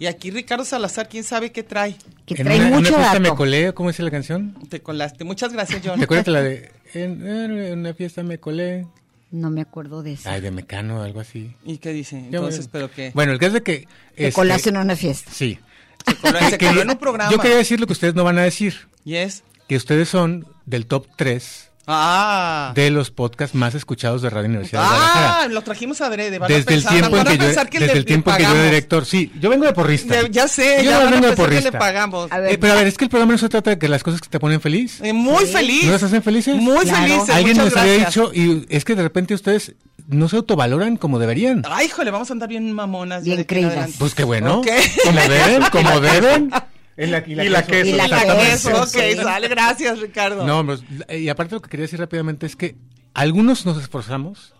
C: Y aquí Ricardo Salazar, ¿quién sabe qué trae?
A: Que
H: En una,
A: trae
H: en una
A: mucho
H: fiesta
A: dato.
H: me colé, ¿cómo dice la canción?
C: Te colaste. Muchas gracias, John.
H: ¿Te acuerdas de la de en, en una fiesta me colé?
A: No me acuerdo de eso.
H: Ay, de Mecano, algo así.
C: ¿Y qué dice?
H: Ya me-
C: Entonces, ¿pero qué?
H: Bueno, el caso es que...
A: Te
H: este,
A: colaste en una fiesta.
H: Sí.
C: se coló, se coló en un programa.
H: Yo quería decir lo que ustedes no van a decir,
C: Yes.
H: que ustedes son del top 3
C: Ah.
H: de los podcasts más escuchados de Radio Universidad de
C: ah,
H: Guadalajara.
C: lo trajimos adrede. Van a
H: Desde el
C: pensar-
H: tiempo en
C: van a
H: que yo,
C: pensar
H: desde
C: le-
H: el tiempo
C: le
H: en que yo era
C: pagamos.
H: director. Sí, yo vengo de porrista.
C: De- ya sé,
H: Yo
C: ya
H: no
C: van a
H: vengo de
C: pensar que le
H: porrista.
C: pagamos.
A: A ver.
H: Eh, pero a ver, es que el programa no se trata de que las cosas que te ponen feliz.
C: Eh, muy feliz.
H: ¿No las hacen felices?
C: Muy
A: Claro.
C: feliz.
H: Alguien
C: muchas
H: nos había dicho,
C: gracias.
H: y es que de repente ustedes no se autovaloran como deberían.
C: Ay, híjole, vamos a andar bien mamonas. ya
A: Bien
C: de aquí en
A: creídas.
C: adelante.
H: Pues qué bueno.
C: Ok.
H: Como deben, como deben. y la,
A: Y la
H: exactamente.
A: queso,
C: Eso, ok,
A: sí.
C: sale, gracias, Ricardo.
H: No, pues, y aparte lo que quería decir rápidamente es que algunos nos esforzamos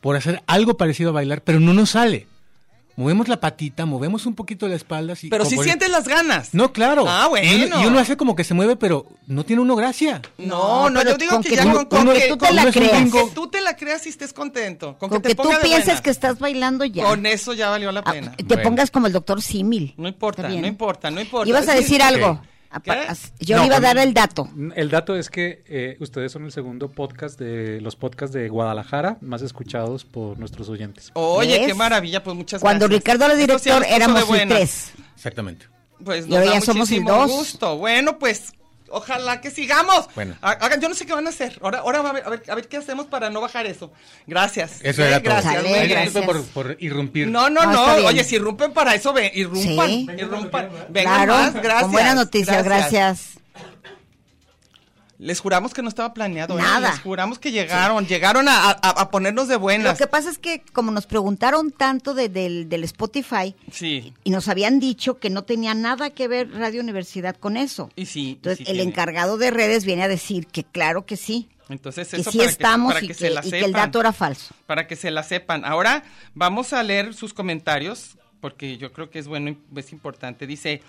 H: por hacer algo parecido a bailar, pero no nos sale. Movemos la patita, movemos un poquito la espalda. así,
C: Pero si
H: como-
C: sientes las ganas.
H: pues, No, claro.
C: Ah, bueno.
H: Y uno, y uno hace como que se mueve, pero no tiene uno gracia.
C: No, no,
A: pero
C: yo digo
A: con
C: que,
A: que
C: ya
A: tú-
C: con,
A: con
C: con
A: que
C: que,
A: tú te la
C: con que
A: creas.
C: tú te la creas y estés contento. Con,
A: Con
C: que, te
A: que tú
C: pongas de
A: piensas
C: buenas.
A: que estás bailando ya.
C: Con eso ya valió la
A: Ah,
C: pena.
A: te
H: Bueno.
A: pongas como el doctor Simil.
C: No importa,
A: Está bien.
C: no importa, no importa.
A: Ibas a
C: Sí,
A: decir
C: sí.
A: algo.
C: ¿Qué?
A: Apa- Yo le iba a dar el dato.
G: El dato es que eh, ustedes son el segundo podcast de los podcasts de Guadalajara más escuchados por nuestros oyentes.
C: Oye,
A: ¿Ves?
C: qué maravilla, pues muchas
A: Cuando
C: gracias.
A: Ricardo era
C: Esto sí
A: director,
C: nos puso de
A: éramos el
C: buenas.
A: tres.
H: Exactamente.
C: Pues
A: Y
C: nos
A: ahora
C: da
A: ya somos el
C: muchísimo
A: dos.
C: gusto. Bueno, pues ojalá que sigamos.
H: Bueno.
C: Ha- hagan- yo no sé qué van a hacer. Ahora, ahora va a, ver, a, ver, a ver qué hacemos para no bajar eso. Gracias.
H: Eso
C: Eh,
H: era todo.
C: Gracias,
A: Sale,
C: muy bien.
A: gracias.
H: Por, por irrumpir.
C: No, no,
A: No,
C: no.
A: está bien.
C: Oye, si irrumpen para eso, ve, irrumpan.
A: Sí.
C: Irrumpan. Vengan
A: claro,
C: más, gracias.
A: con buenas noticias, gracias.
C: Les juramos que no estaba planeado. ¿eh?
A: Nada.
C: Les juramos que llegaron. Llegaron a, a- a ponernos de
A: Lo
C: buenas.
A: que pasa es que como nos preguntaron tanto de- del, del Spotify
C: Sí.
A: y nos habían dicho que no tenía nada que ver Radio Universidad con eso.
C: Y sí. y
A: Entonces
C: sí
A: el
C: tiene.
A: encargado de redes viene a decir que claro que sí,
C: Entonces,
A: que
C: Pues eso
A: sí
C: para
A: estamos
C: que, para
A: y,
C: que
A: que,
C: se la
A: y que el
C: sepan.
A: dato era falso.
C: para que se la sepan. Ahora vamos a leer sus comentarios porque yo creo que es bueno, es importante. Dice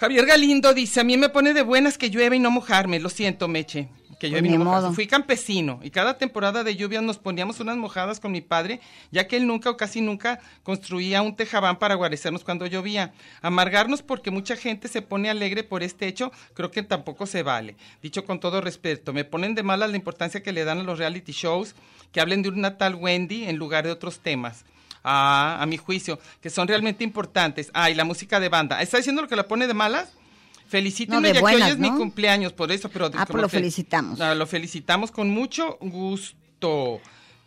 C: Javier Galindo dice, "A mí me pone de buenas que llueve y no mojarme, lo siento, Meche." que yo
A: Pues
C: vine
A: ni
C: mojado.
A: modo.
C: Fui campesino y cada temporada de lluvias nos poníamos unas mojadas con mi padre, ya que él nunca o casi nunca construía un tejabán para guarecernos cuando llovía. Amargarnos porque mucha gente se pone alegre por este hecho, creo que tampoco se vale. Dicho con todo respeto, me ponen de malas la importancia que le dan a los reality shows que hablen de una tal Wendy en lugar de otros temas. Ah, a mi juicio, que son realmente importantes. Ah, y la música de banda. ¿Está diciendo lo que la pone de malas? Felicíteme
A: No, de
C: ya que
A: buenas,
C: hoy es mi
A: ¿no?
C: cumpleaños, por eso, pero
A: Ah,
C: como
A: pues lo
C: fe-
A: felicitamos.
C: Ah, lo felicitamos con mucho gusto.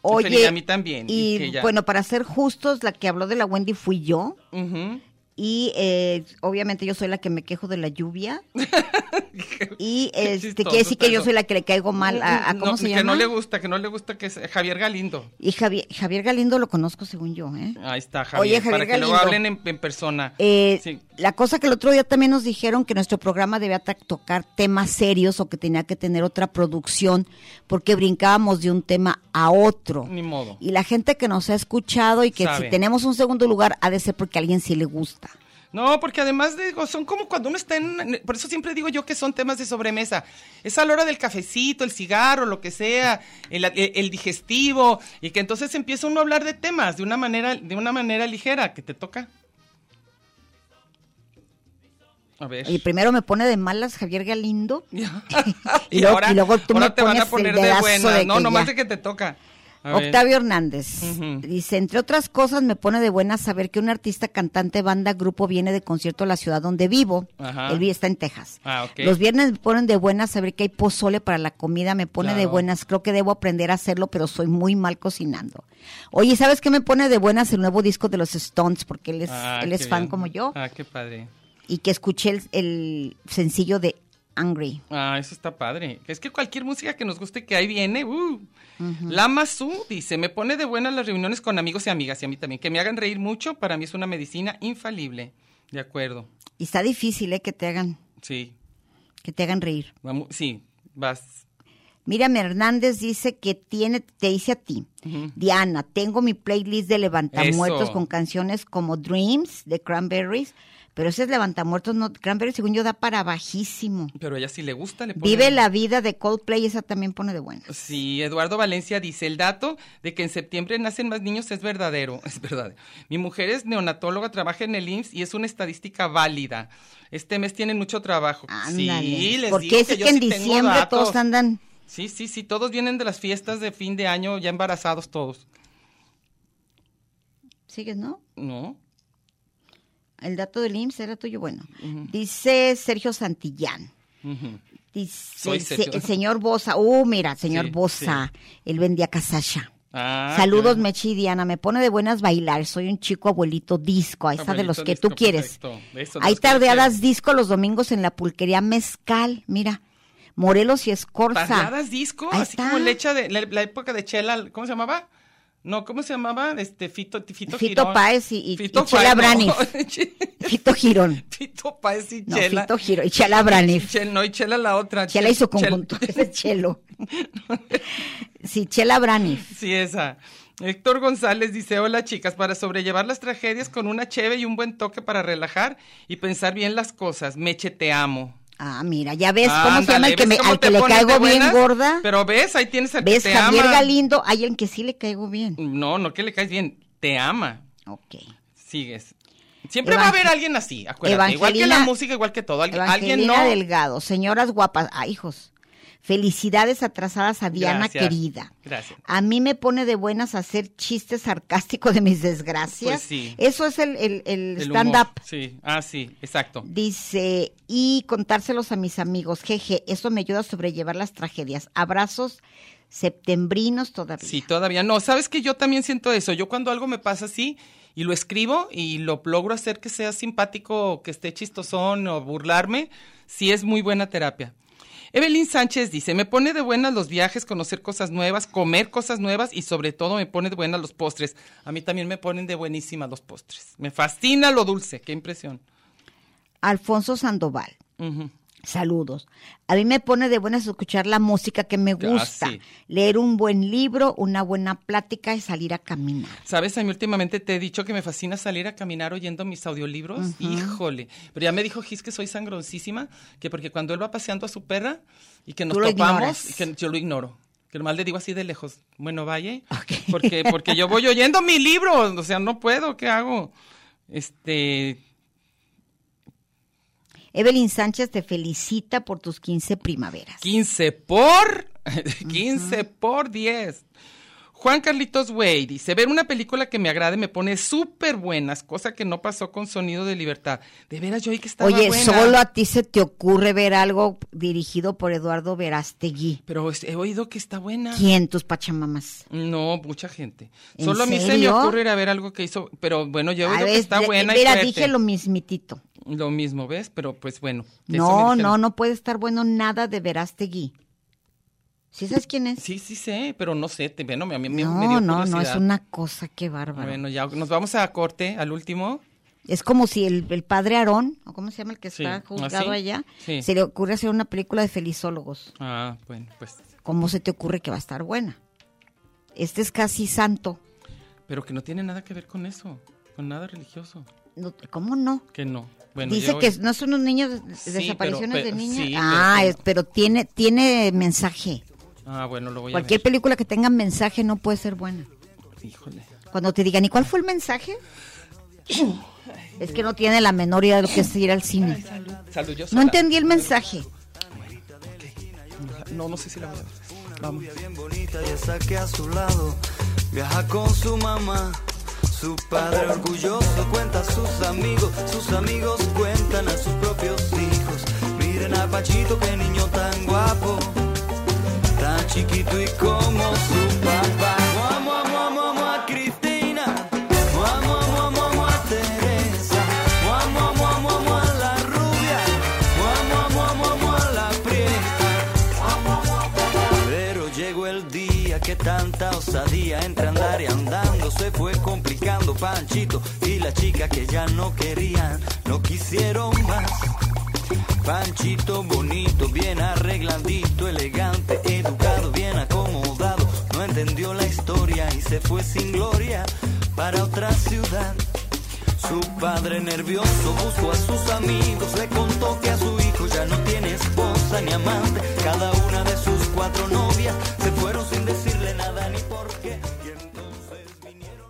A: Oye,
C: Feliz- a mí también.
A: Y
C: que ya-
A: bueno, para ser justos, la que habló de la Wendy fui yo.
C: Ujú.
A: Y eh, obviamente yo soy la que me quejo de la lluvia. y
C: Qué
A: este,
C: chistoso,
A: quiere decir que yo
C: pero-
A: soy la que le caigo mal a, a- ¿cómo
C: No,
A: se
C: que
A: llama?
C: no le gusta, que no le gusta que es Javier Galindo.
A: Y Javier, Javier Galindo lo conozco según yo, ¿eh?
C: Ahí está, Javier.
A: Oye, Javier
C: para que luego
A: Galindo.
C: hablen en, en persona.
A: Eh,
C: Sí.
A: La cosa que el otro día también nos dijeron que nuestro programa debía ta- tocar temas serios o que tenía que tener otra producción porque brincábamos de un tema a otro.
C: Ni modo.
A: Y la gente que nos ha escuchado y que
C: Sabe.
A: si tenemos un segundo lugar ha de ser porque a alguien sí le gusta.
C: No, porque además digo, son como cuando uno está en... Por eso siempre digo yo que son temas de sobremesa. Es a la hora del cafecito, el cigarro, lo que sea, el, el digestivo, y que entonces empieza uno a hablar de temas de una manera, de una manera ligera que te toca. A ver.
A: Y primero me pone de malas Javier Galindo.
C: Y
A: luego-
C: ahora,
A: y luego tú
C: ahora
A: me
C: te van a
A: pones
C: poner
A: el
C: de
A: dedazo
C: buena.
A: de
C: no,
A: que
C: nomás
A: ya.
C: de que te toca. A ver.
A: Octavio Hernández
C: Ujú.
A: dice, entre otras cosas, me pone de buena saber que un artista, cantante, banda, grupo viene de concierto a la ciudad donde vivo.
C: Ajá.
A: Él vi- está en Texas.
C: Ah, ok.
A: Los viernes me ponen de buena saber que hay pozole para la comida, me pone de
C: Claro.
A: buenas. Creo que debo aprender a hacerlo, pero soy muy mal cocinando. Oye, ¿sabes qué me pone de buenas el nuevo disco de los Stones? Porque él es,
C: Ah,
A: él
C: qué
A: es fan
C: bien.
A: como yo
C: Ah, qué padre.
A: y que escuché el, el sencillo de Angry.
C: Ah, eso está padre. Es que cualquier música que nos guste que ahí viene, uh. Lama Su dice, me pone de buenas las reuniones con amigos y amigas y a mí también. Que me hagan reír mucho, para mí es una medicina infalible. De acuerdo,
A: Y está difícil, ¿eh? Que te hagan,
C: sí.
A: que te hagan reír.
C: Vamos, sí, vas.
A: Miriam Hernández dice que tiene, te dice a ti, Diana, tengo mi playlist de Levantamuertos
C: Eso.
A: con canciones como Dreams de Cranberries, pero ese es Levantamuertos, no, Cranberries según yo da para bajísimo.
C: Pero a ella sí le gusta, le pone...
A: Vive la vida de Coldplay, esa también pone de buena.
C: Sí, Eduardo Valencia dice, el dato de que en septiembre nacen más niños es verdadero, es verdad. Mi mujer es neonatóloga, trabaja en el IMSS y es una estadística válida. Este mes tienen mucho trabajo. Sí,
A: Ándale.
C: les
A: Porque
C: digo
A: es que,
C: yo
A: en
C: sí tengo
A: diciembre todos
C: datos.
A: andan.
C: Sí, sí, sí, todos vienen de las fiestas de fin de año ya embarazados todos.
A: ¿Sigues, no?
C: ¿No?
A: El dato del IMSS era tuyo, bueno. Dice Sergio Santillán. Dice
C: Soy
A: el se-
C: Sergio.
A: el señor Bosa. Uh, mira, señor
C: Sí,
A: Bosa. Él vendía casasha.
C: Ah,
A: Saludos,
C: qué-
A: Mechi y Diana. Me pone de buenas bailar. Soy un chico abuelito disco. Ahí está de los
C: Abuelito
A: que
C: disco,
A: tú quieres.
C: perfecto. De esos de
A: Hay
C: los que yo
A: tardeadas disco los domingos en la pulquería Mezcal. Mira, Morelos y Escorza.
C: Tardeadas disco,
A: Ahí
C: así
A: está.
C: como lecha de la, la época de Chela, ¿cómo se llamaba? No, ¿cómo se llamaba? Este Fito Fito,
A: Fito
C: Girón.
A: Páez y- y- y
C: Páez,
A: Chela
C: no.
A: Fito Girón.
C: Fito Páez y
A: No,
C: Chela.
A: Fito Giro. Y Chela Braniff.
C: Chel- no, y Chela la otra.
A: Chela
C: Chel-
A: y su
C: Chel-
A: conjunto. Ese es Chelo. Sí, Chela Braniff.
C: Sí, esa. Héctor González dice, hola chicas, para sobrellevar las tragedias con una cheve y un buen toque para relajar y pensar bien las cosas. Meche, te amo.
A: Ah, mira, ya ves cómo se llama
C: Ándale,
A: el que,
C: ¿ves
A: me,
C: cómo
A: al
C: te
A: que le
C: pones de
A: caigo bien
C: buenas?
A: gorda.
C: Pero ves, ahí tienes al
A: ¿Ves?
C: que te
A: Javier
C: ama.
A: Galindo, hay el que sí le caigo bien.
C: No, no que le caes bien, te ama.
A: Ok.
C: Sigues. Siempre
A: Evangel-
C: va a haber alguien así, acuérdate. Igual que la
A: Evangelina-
C: música, igual que todo. Al-
A: Evangelina
C: alguien no.
A: Delgado, señoras guapas, ah, hijos. Felicidades atrasadas a Diana
C: Gracias.
A: querida.
C: Gracias.
A: A mí me pone de buenas hacer chistes sarcásticos de mis desgracias.
C: Pues sí.
A: Eso es el, el- el
C: El humor.
A: stand-up.
C: Sí, ah, sí, exacto.
A: Dice, y contárselos a mis amigos. Jeje, eso me ayuda a sobrellevar las tragedias. Abrazos septembrinos todavía.
C: Sí, todavía no. Sabes que yo también siento eso. Yo cuando algo me pasa así y lo escribo y lo logro hacer que sea simpático, o que esté chistosón o burlarme, sí es muy buena terapia. Evelyn Sánchez dice, me pone de buenas los viajes, conocer cosas nuevas, comer cosas nuevas y sobre todo me pone de buenas los postres. A mí también me ponen de buenísimas los postres. Me fascina lo dulce, qué impresión.
A: Alfonso Sandoval.
C: Ujú.
A: Saludos. A mí me pone de buenas escuchar la música que me
C: Ah,
A: gusta,
C: sí.
A: leer un buen libro, una buena plática y salir a caminar.
C: Sabes, a mí últimamente te he dicho que me fascina salir a caminar oyendo mis audiolibros. Híjole. Pero ya me dijo Gis que soy sangroncísima, que porque cuando él va paseando a su perra y que nos
A: Tú lo
C: topamos,
A: ignoras.
C: y que yo lo ignoro. Que nomás le digo así de lejos, bueno, vaya, porque, porque yo voy oyendo mi libro, o sea, no puedo, ¿qué hago? Este,
A: Evelyn Sánchez te felicita por tus 15 primaveras.
C: 15 por 15 por 10. Juan Carlitos Way dice, ver una película que me agrade me pone súper buenas, cosa que no pasó con Sonido de Libertad. De veras, yo oí que estaba
A: Oye,
C: buena.
A: solo a ti se te ocurre ver algo dirigido por Eduardo Verástegui.
C: Pero es- he oído que está buena.
A: ¿Quién tus pachamamas?
C: No, mucha gente.
A: ¿En
C: Solo a mí se me
A: serio?
C: ocurre ir a ver algo que hizo, pero bueno, yo he oído que está
A: Ah, de-
C: buena y
A: mira,
C: fuerte.
A: dije lo mismitito.
C: Lo mismo, ¿ves? Pero pues bueno. eso me
A: No,
C: dijeron.
A: no, no puede estar bueno nada de Verástegui. ¿Sí sabes quién es?
C: Sí, sí sé, pero no sé, te, bueno, a mí me, me
A: no,
C: dio
A: no, no, es
C: curiosidad.
A: una cosa, qué bárbaro.
C: Bueno, ya nos vamos a corte, al último.
A: Es como si el, el padre Aarón, o cómo se llama el que
C: Sí,
A: está juzgado
C: ¿así?
A: allá,
C: Sí.
A: se le ocurre hacer una película de felizólogos.
C: Ah, bueno, pues...
A: ¿Cómo se te ocurre que va a estar buena? Este es casi santo.
C: Pero que no tiene nada que ver con eso, con nada religioso.
A: No, ¿Cómo no?
C: Que no. Bueno,
A: Dice
C: yo-
A: que no son unos niños de-
C: Sí,
A: desapariciones
C: pero- pero-
A: de niños.
C: sí,
A: ah,
C: pero-
A: es- pero tiene tiene mensaje.
C: Ah, bueno, lo voy
A: Cualquier
C: a ver.
A: película que tenga mensaje no puede ser buena.
C: Híjole.
A: Cuando te digan, ¿y cuál fue el mensaje? es que no tiene la menor idea de lo que es ir al cine.
C: Salud, yo
A: No
C: sola.
A: entendí el mensaje.
C: No, no sé si la voy a ver. Vamos.
E: bien bonita y esa que a su lado viaja con su mamá. Su padre orgulloso cuenta a sus amigos, sus amigos cuentan a sus propios hijos. Miren a Pachito, qué niño tan guapo, tan chiquito y como su papá. Mua, mua, mua, mua, mua, Cristina, Mua, mua, mua, mua, mua, Teresa, Mua, mua, mua, mua, mua, la rubia, Mua, mua, mua, mua, mua, la prieta. Pero llegó el día que tanta osadía entre andar y andando se fue complicando Panchito y la chica que ya no querían, no quisieron más. Panchito bonito, bien arregladito, elegante, educado, bien acomodado, no entendió la historia y se fue sin gloria para otra ciudad. Su padre nervioso buscó a sus amigos, le contó que a su hijo ya no tiene esposa ni amante. Cada una de sus cuatro novias se fueron sin decirle nada ni por qué. Y entonces vinieron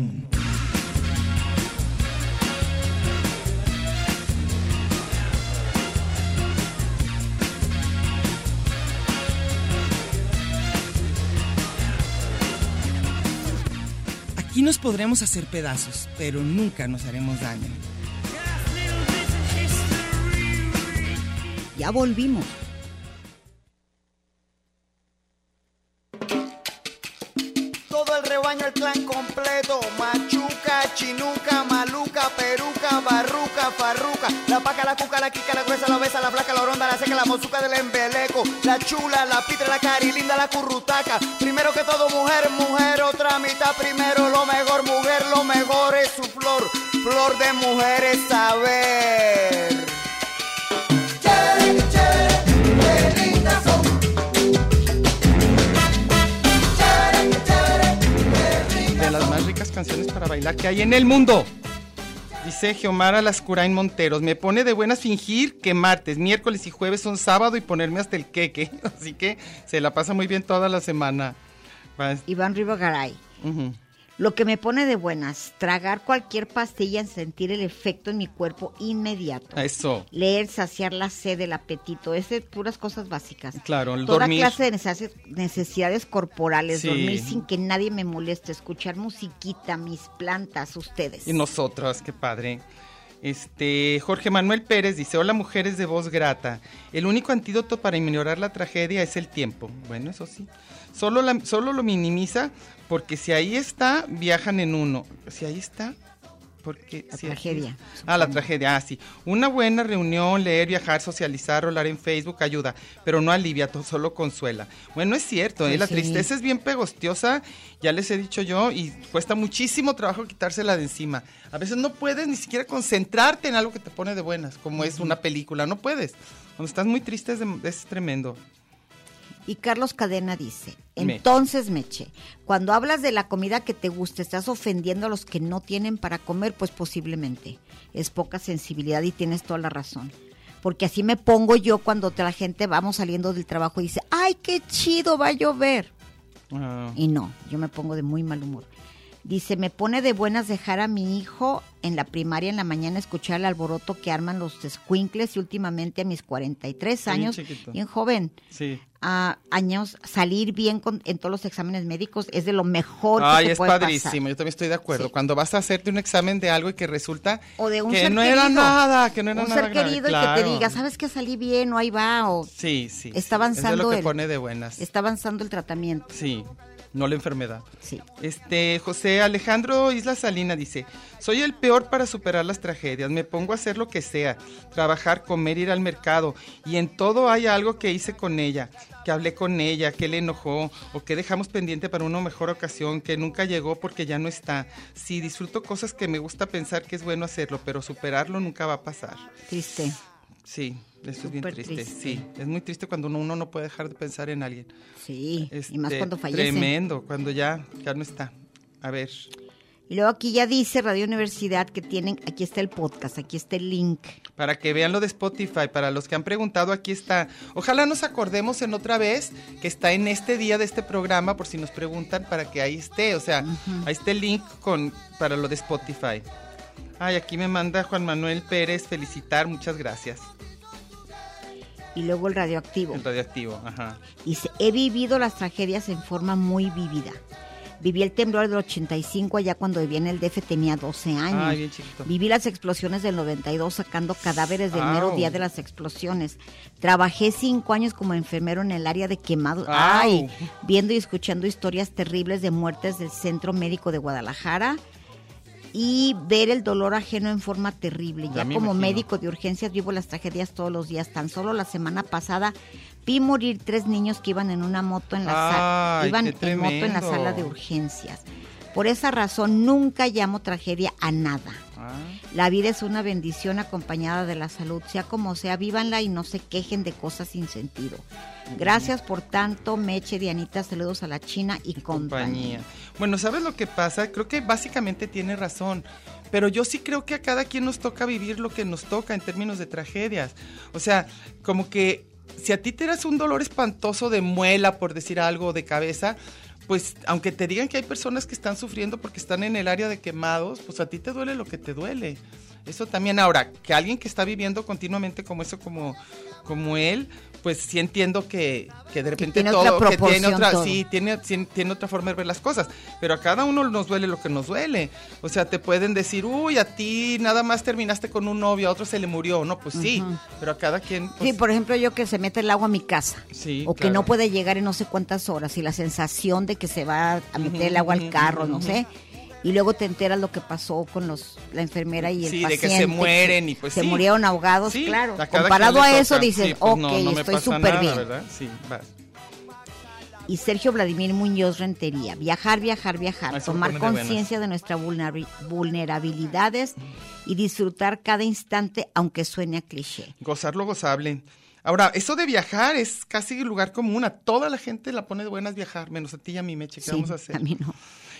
I: Aquí nos podremos hacer pedazos, pero nunca nos haremos daño.
A: Ya volvimos.
J: Todo el rebaño, el clan completo. Machuca, chinuca, maluca, peruca, barruca, farruca. La paca, la cuca, la quica, la gruesa, la besa, la placa, la oronda, la seca, la mozuca del embeleco. La chula, la pitra, la carilinda, la currutaca. Primero que todo, mujer, mujer, otra mitad primero. Lo mejor, mujer, lo mejor es su flor. Flor de mujeres, saber. Chévere, chévere, qué lindas son.
C: De las más ricas canciones para bailar que hay en el mundo. Dice Geomara Lascurain Monteros, me pone de buenas fingir que martes, miércoles y jueves son sábado y ponerme hasta el queque. Así que se la pasa muy bien toda la semana. Va-
A: Iván Rivagaray.
C: ujú.
A: Lo que me pone de buenas, tragar cualquier pastilla en sentir el efecto en mi cuerpo inmediato.
C: Eso.
A: Leer, saciar la sed, el apetito, es de puras cosas básicas.
C: Claro, el
A: Toda
C: dormir.
A: clase de necesi- necesidades corporales,
C: Sí.
A: dormir sin que nadie me moleste, escuchar musiquita, mis plantas, ustedes.
C: Y nosotras, qué padre. Este, Jorge Manuel Pérez dice, hola mujeres de voz grata, el único antídoto para ignorar la tragedia es el tiempo. Bueno, eso sí. Solo, la- solo lo minimiza porque si ahí está, viajan en uno. Si ahí está, porque...
A: La
C: si ahí
A: tragedia,
C: está- Ah, la tragedia, ah, sí. Una buena reunión, leer, viajar, socializar, rolar en Facebook ayuda, pero no alivia, to- solo consuela. Bueno, es cierto, ¿eh?
A: Ay,
C: la
A: Pues sí.
C: tristeza es bien pegostiosa, ya les he dicho yo, y cuesta muchísimo trabajo quitársela de encima. A veces no puedes ni siquiera concentrarte en algo que te pone de buenas, como es una película, no puedes. Cuando estás muy triste es, de- es tremendo.
A: Y Carlos Cadena dice,
C: Meche.
A: entonces Meche, cuando hablas de la comida que te gusta, estás ofendiendo a los que no tienen para comer, pues posiblemente. Es poca sensibilidad y tienes toda la razón. Porque así me pongo yo cuando te- la gente vamos saliendo del trabajo y dice, ay, qué chido, va a llover.
C: Ah,
A: Y no, yo me pongo de muy mal humor. Dice, me pone de buenas dejar a mi hijo en la primaria en la mañana escuchar el alboroto que arman los escuincles y últimamente a mis 43
C: Está bien
A: años,
C: chiquito.
A: bien joven
C: Sí.
A: a años salir bien con- en todos los exámenes médicos es de lo mejor
C: Ay,
A: que te
C: es
A: puede
C: padrísimo,
A: pasar.
C: yo también estoy de acuerdo.
A: Sí.
C: Cuando vas a hacerte un examen de algo y que resulta
A: O de un
C: que
A: ser
C: no
A: querido.
C: era nada, que no era
A: un
C: nada
A: ser
C: grave,
A: querido y que
C: claro.
A: te diga, sabes que salí bien o ahí va o
C: Sí, sí. sí,
A: Está
C: Es de lo
A: avanzando
C: que
A: el-
C: pone de buenas.
A: está avanzando el tratamiento.
C: Sí, no la enfermedad.
A: Sí.
C: Este, José Alejandro Isla Salina dice, soy el peor para superar las tragedias, me pongo a hacer lo que sea, trabajar, comer, ir al mercado, y en todo hay algo que hice con ella, que hablé con ella, que le enojó, o que dejamos pendiente para una mejor ocasión, que nunca llegó porque ya no está. Sí, disfruto cosas que me gusta pensar que es bueno hacerlo, pero superarlo nunca va a pasar.
A: Triste.
C: Sí, eso es bien
A: Súper
C: triste.
A: triste.
C: Sí, es muy triste cuando uno, uno no puede dejar de pensar en alguien.
A: Sí, y más
C: Este,
A: cuando fallecen.
C: Tremendo, cuando ya, ya no está. A ver,
A: Y luego aquí ya dice Radio Universidad que tienen, aquí está el podcast, aquí está el link.
C: para que vean lo de Spotify, para los que han preguntado, aquí está. Ojalá nos acordemos en otra vez que está en este día de este programa, por si nos preguntan, para que ahí esté. O sea, ahí está el link con, para lo de Spotify. Ay, aquí me manda Juan Manuel Pérez felicitar, muchas gracias.
A: Y luego el radioactivo.
C: El radioactivo, ajá.
A: Dice, he vivido las tragedias en forma muy vivida. Viví el temblor del 85 allá cuando vivía en el DF, tenía 12 años.
C: Ay, bien chiquito.
A: Viví las explosiones del 92 sacando cadáveres del mero
C: Au.
A: día de las explosiones. Trabajé cinco años como enfermero en el área de quemados.
C: Au.
A: Ay, viendo y escuchando historias terribles de muertes del Centro Médico de Guadalajara y ver el dolor ajeno en forma terrible.
C: Ya
A: Ya
C: me
A: como
C: imagino.
A: médico de urgencias vivo las tragedias todos los días. Tan solo la semana pasada vi morir tres niños que iban en una moto en la sala,
C: Ay,
A: iban
C: qué
A: en moto en la
C: tremendo.
A: sala de urgencias. Por esa razón nunca llamo tragedia a nada.
C: Ah.
A: La vida es una bendición acompañada de la salud, sea como sea, vívanla y no se quejen de cosas sin sentido. Gracias por tanto, Meche, Dianita, saludos a la China y compañía.
C: compañía. Bueno, ¿sabes lo que pasa? Creo que básicamente tiene razón. Pero yo sí creo que a cada quien nos toca vivir lo que nos toca en términos de tragedias. O sea, como que si a ti te das un dolor espantoso de muela, por decir algo, o de cabeza, pues aunque te digan que hay personas que están sufriendo porque están en el área de quemados, pues a ti te duele lo que te duele. Eso también ahora, que alguien que está viviendo continuamente como eso, como, como él, pues sí entiendo que, que de repente
A: tiene
C: todo,
A: otra
C: que tiene
A: proporción
C: otra,
A: todo.
C: sí, tiene, tiene, tiene otra forma de ver las cosas, pero a cada uno nos duele lo que nos duele. O sea, te pueden decir, uy, a ti nada más terminaste con un novio, a otro se le murió. No, pues sí,
A: Ujú.
C: pero a cada quien.
A: Sí,
C: pues,
A: por ejemplo, yo que se mete el agua a mi casa.
C: sí,
A: o que
C: claro.
A: no puede llegar en no sé cuántas horas y la sensación de que se va a meter el agua al carro, no sé. Y luego te enteras lo que pasó con los la enfermera y el
C: Sí, de que
A: paciente.
C: se mueren y pues
A: se
C: sí.
A: murieron ahogados,
C: Sí,
A: claro.
C: a cada
A: Comparado
C: quien
A: a
C: le
A: eso
C: toca.
A: dices,
C: Sí, pues,
A: ok,
C: no, no me
A: estoy
C: pasa
A: súper
C: nada,
A: bien.
C: ¿verdad? Sí, vas.
A: Y Sergio Vladimir Muñoz Rentería, viajar, viajar, viajar,
C: Eso
A: tomar
C: me pone de
A: conciencia de nuestras vulnerabi- vulnerabilidades y disfrutar cada instante aunque suene a cliché.
C: Gozar lo gozable. Ahora, eso de viajar es casi lugar común. A toda la gente la pone de buenas viajar, menos a ti y a mí, Meche. ¿Qué
A: Sí,
C: vamos a hacer?
A: a mí no.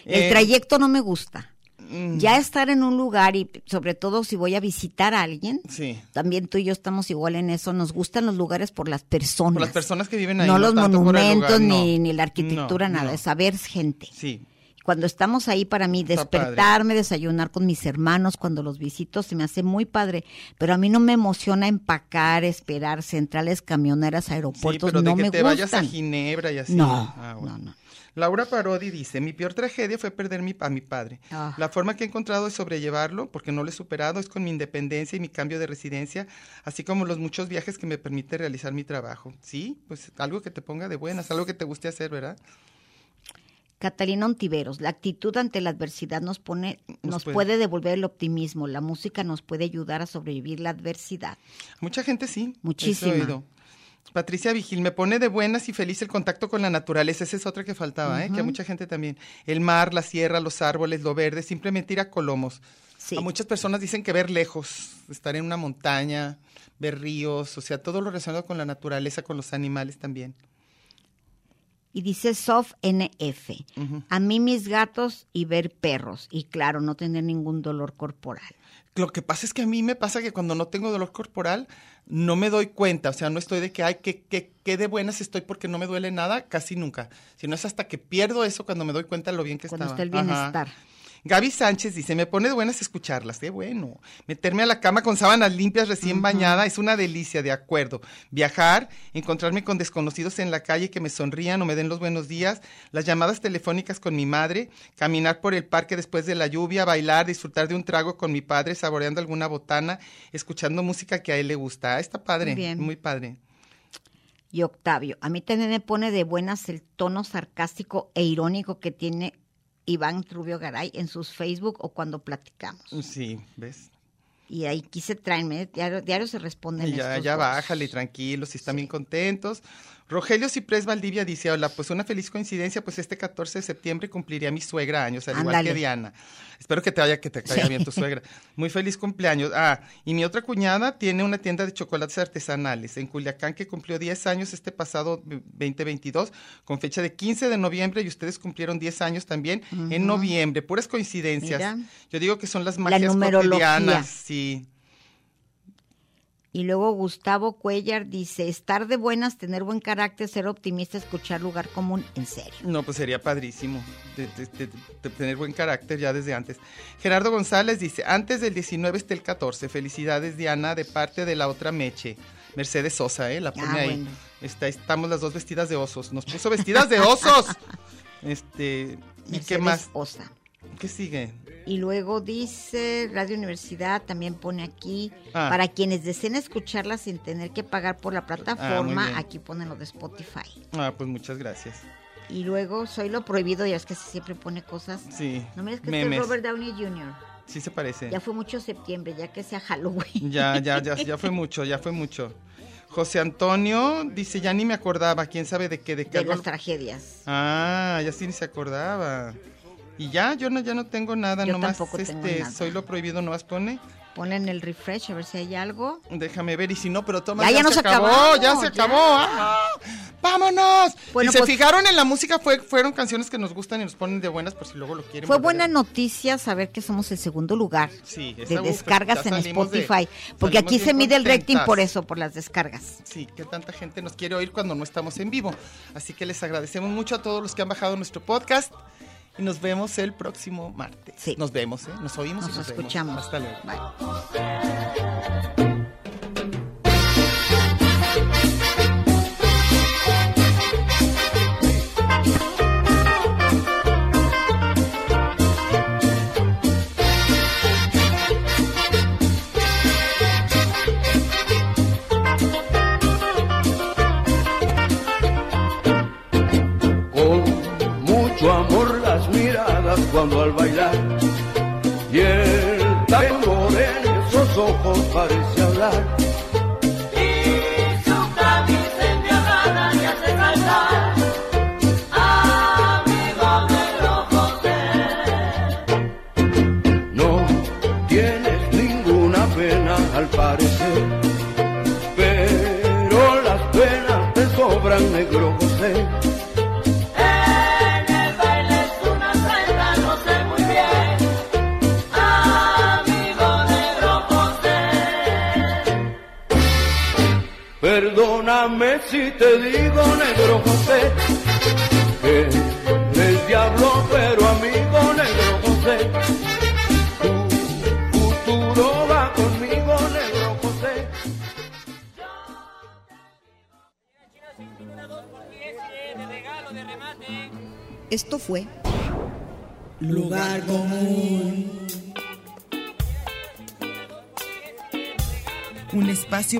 C: Eh,
A: El trayecto no me gusta.
C: mm,
A: Ya estar en un lugar y sobre todo si voy a visitar a alguien,
C: Sí.
A: también tú y yo estamos igual en eso. Nos gustan los lugares por las personas.
C: Por las personas que viven ahí.
A: no, los
C: tanto por el
A: monumentos
C: lugar,
A: ni,
C: no.
A: ni la arquitectura,
C: No,
A: nada.
C: no.
A: Es saber gente.
C: Sí.
A: Cuando estamos ahí, para mí,
K: Está padre.
A: despertarme, desayunar con mis hermanos, cuando los visito, se me hace muy padre. Pero a mí no me emociona empacar, esperar centrales camioneras, aeropuertos.
C: pero
A: no
C: de que
A: me
C: te vayas a Ah,
A: gustan.
C: Ginebra y así.
A: No,
C: no, Laura Parodi dice, mi peor tragedia fue perder mi- a mi padre.
A: Ah.
C: La forma que he encontrado de sobrellevarlo, porque no lo he superado, es con mi independencia y mi cambio de residencia, así como los muchos viajes que me permite realizar mi trabajo. Sí, pues algo que te ponga de buenas, algo que te guste hacer, ¿verdad?
A: Catalina Ontiveros, la actitud ante la adversidad nos pone, nos,
C: puede.
A: puede. devolver el optimismo, la música nos puede ayudar a sobrevivir la adversidad.
C: Mucha gente sí.
A: Muchísima.
C: Eso he oído. Patricia Vigil, me pone de buenas y feliz el contacto con la naturaleza. Esa es otra que faltaba, ¿eh? que a
A: Ujú.
C: mucha gente también. El mar, la sierra, los árboles, lo verde, simplemente ir a Colomos. A muchas personas dicen que ver lejos, estar en una montaña, ver ríos, o sea, todo lo relacionado con la naturaleza, con los animales también.
A: Y dice Sof NF, a mí mis gatos y ver perros, y claro, no tener ningún dolor corporal.
C: Lo que pasa es que a mí me pasa que cuando no tengo dolor corporal, no me doy cuenta. O sea, no estoy de que, ay, que, que, que de buenas estoy porque no me duele nada, casi nunca. Sino es hasta que pierdo eso cuando me doy cuenta lo bien que
A: Cuando
C: estaba.
A: está el
C: Ajá.
A: bienestar.
C: Gaby Sánchez dice, me pone de buenas escucharlas, qué bueno. Meterme a la cama con sábanas limpias recién bañada es una delicia, de acuerdo. Viajar, encontrarme con desconocidos en la calle que me sonrían o me den los buenos días, las llamadas telefónicas con mi madre, caminar por el parque después de la lluvia, bailar, disfrutar de un trago con mi padre, saboreando alguna botana, escuchando música que a él le gusta. Ah, Está padre,
A: Muy bien.
C: muy padre.
A: Y Octavio, a mí también me pone de buenas el tono sarcástico e irónico que tiene Iván Rubio Garay en sus Facebook o cuando platicamos.
C: Sí, ¿ves?
A: Y ahí quise traerme, ¿eh? diario, diario se responden
C: Y ya,
A: estos
C: ya
A: dos.
C: bájale, tranquilos, si están bien contentos. Rogelio Ciprés Valdivia dice, hola, pues una feliz coincidencia, pues este 14 de septiembre cumpliría mi suegra años, al igual que
L: Ándale.
C: Diana. Espero que te vaya, que te caiga
L: Sí.
C: bien tu suegra. Muy feliz cumpleaños. Ah, y mi otra cuñada tiene una tienda de chocolates artesanales en Culiacán que cumplió 10 años este pasado 2022, con fecha de 15 de noviembre, y ustedes cumplieron 10 años también en
L: Ujú.
C: noviembre. Puras coincidencias.
A: Mira.
C: Yo digo que son las magias
A: numerología.
C: cotidianas, sí.
A: Y luego Gustavo Cuellar dice, estar de buenas, tener buen carácter, ser optimista, escuchar lugar común, en serio.
C: No, pues sería padrísimo de, de- de- de tener buen carácter ya desde antes. Gerardo González dice, antes del 19 está el 14. Felicidades, Diana, de parte de la otra Meche. Mercedes Sosa, ¿eh? La pone
L: Ah,
C: ahí.
L: bueno.
C: Está, estamos las dos vestidas de osos. Nos puso vestidas de osos. este, ¿y qué
A: Mercedes
C: más?
A: Osa.
C: ¿Qué sigue?
A: Y luego dice, Radio Universidad también pone aquí,
C: Ah.
A: para quienes deseen escucharla sin tener que pagar por la plataforma,
C: bien.
A: aquí ponen lo de Spotify.
C: Ah, pues muchas gracias.
A: Y luego Soy lo prohibido, ya es que siempre pone cosas.
C: Sí.
A: No me digas que este es
C: Memes.
A: Robert Downey Jr.
C: Sí se parece.
A: Ya fue mucho septiembre, ya que sea Halloween.
C: Ya, ya, ya, ya fue mucho, ya fue mucho. José Antonio dice, ya ni me acordaba, quién sabe de qué, de qué
A: de
C: algo-
A: las tragedias.
C: Ah, ya sí ni se acordaba. Y ya, yo no, ya no tengo nada,
A: Yo
C: nomás
A: tampoco
C: este,
A: tengo nada.
C: soy lo prohibido, nomás pone.
A: Ponle en el refresh a ver si hay algo.
C: Déjame ver, y si no, pero toma.
A: Ya, ya nos acabamos,
C: ya se
A: ya.
C: acabó. ¡Ah! ¡Vámonos!
A: Bueno,
C: si
A: pues-
C: se fijaron en la música, fue, fueron canciones que nos gustan y nos ponen de buenas por si luego lo quieren.
A: Fue
C: volver a-
A: buena noticia saber que somos el segundo lugar
C: Sí,
A: de
C: esa, uf,
A: descargas
C: ya
A: en
C: salimos de-
A: Spotify, porque
C: salimos
A: aquí
C: bien
A: se mide el rating
C: contentas.
A: por eso, por las descargas.
C: Sí, que tanta gente nos quiere oír cuando no estamos en vivo. Así que les agradecemos mucho a todos los que han bajado nuestro podcast y nos vemos el próximo martes. Nos vemos, ¿eh? Nos oímos y
A: Nos
C: nos vemos.
A: escuchamos.
C: Hasta luego.
M: con mucho amor las miradas cuando al bailar y el tango en esos ojos parece hablar
E: Y su camisa enviada me hace cantar, amigo de los
M: no tienes ninguna pena al parecer pero las penas te sobran negro José
E: En el baile es una prenda, lo sé muy bien, amigo de los
M: Perdóname si te digo, negro José, que eres diablo, pero a mí
N: Esto fue
E: Lugar común.
I: Un espacio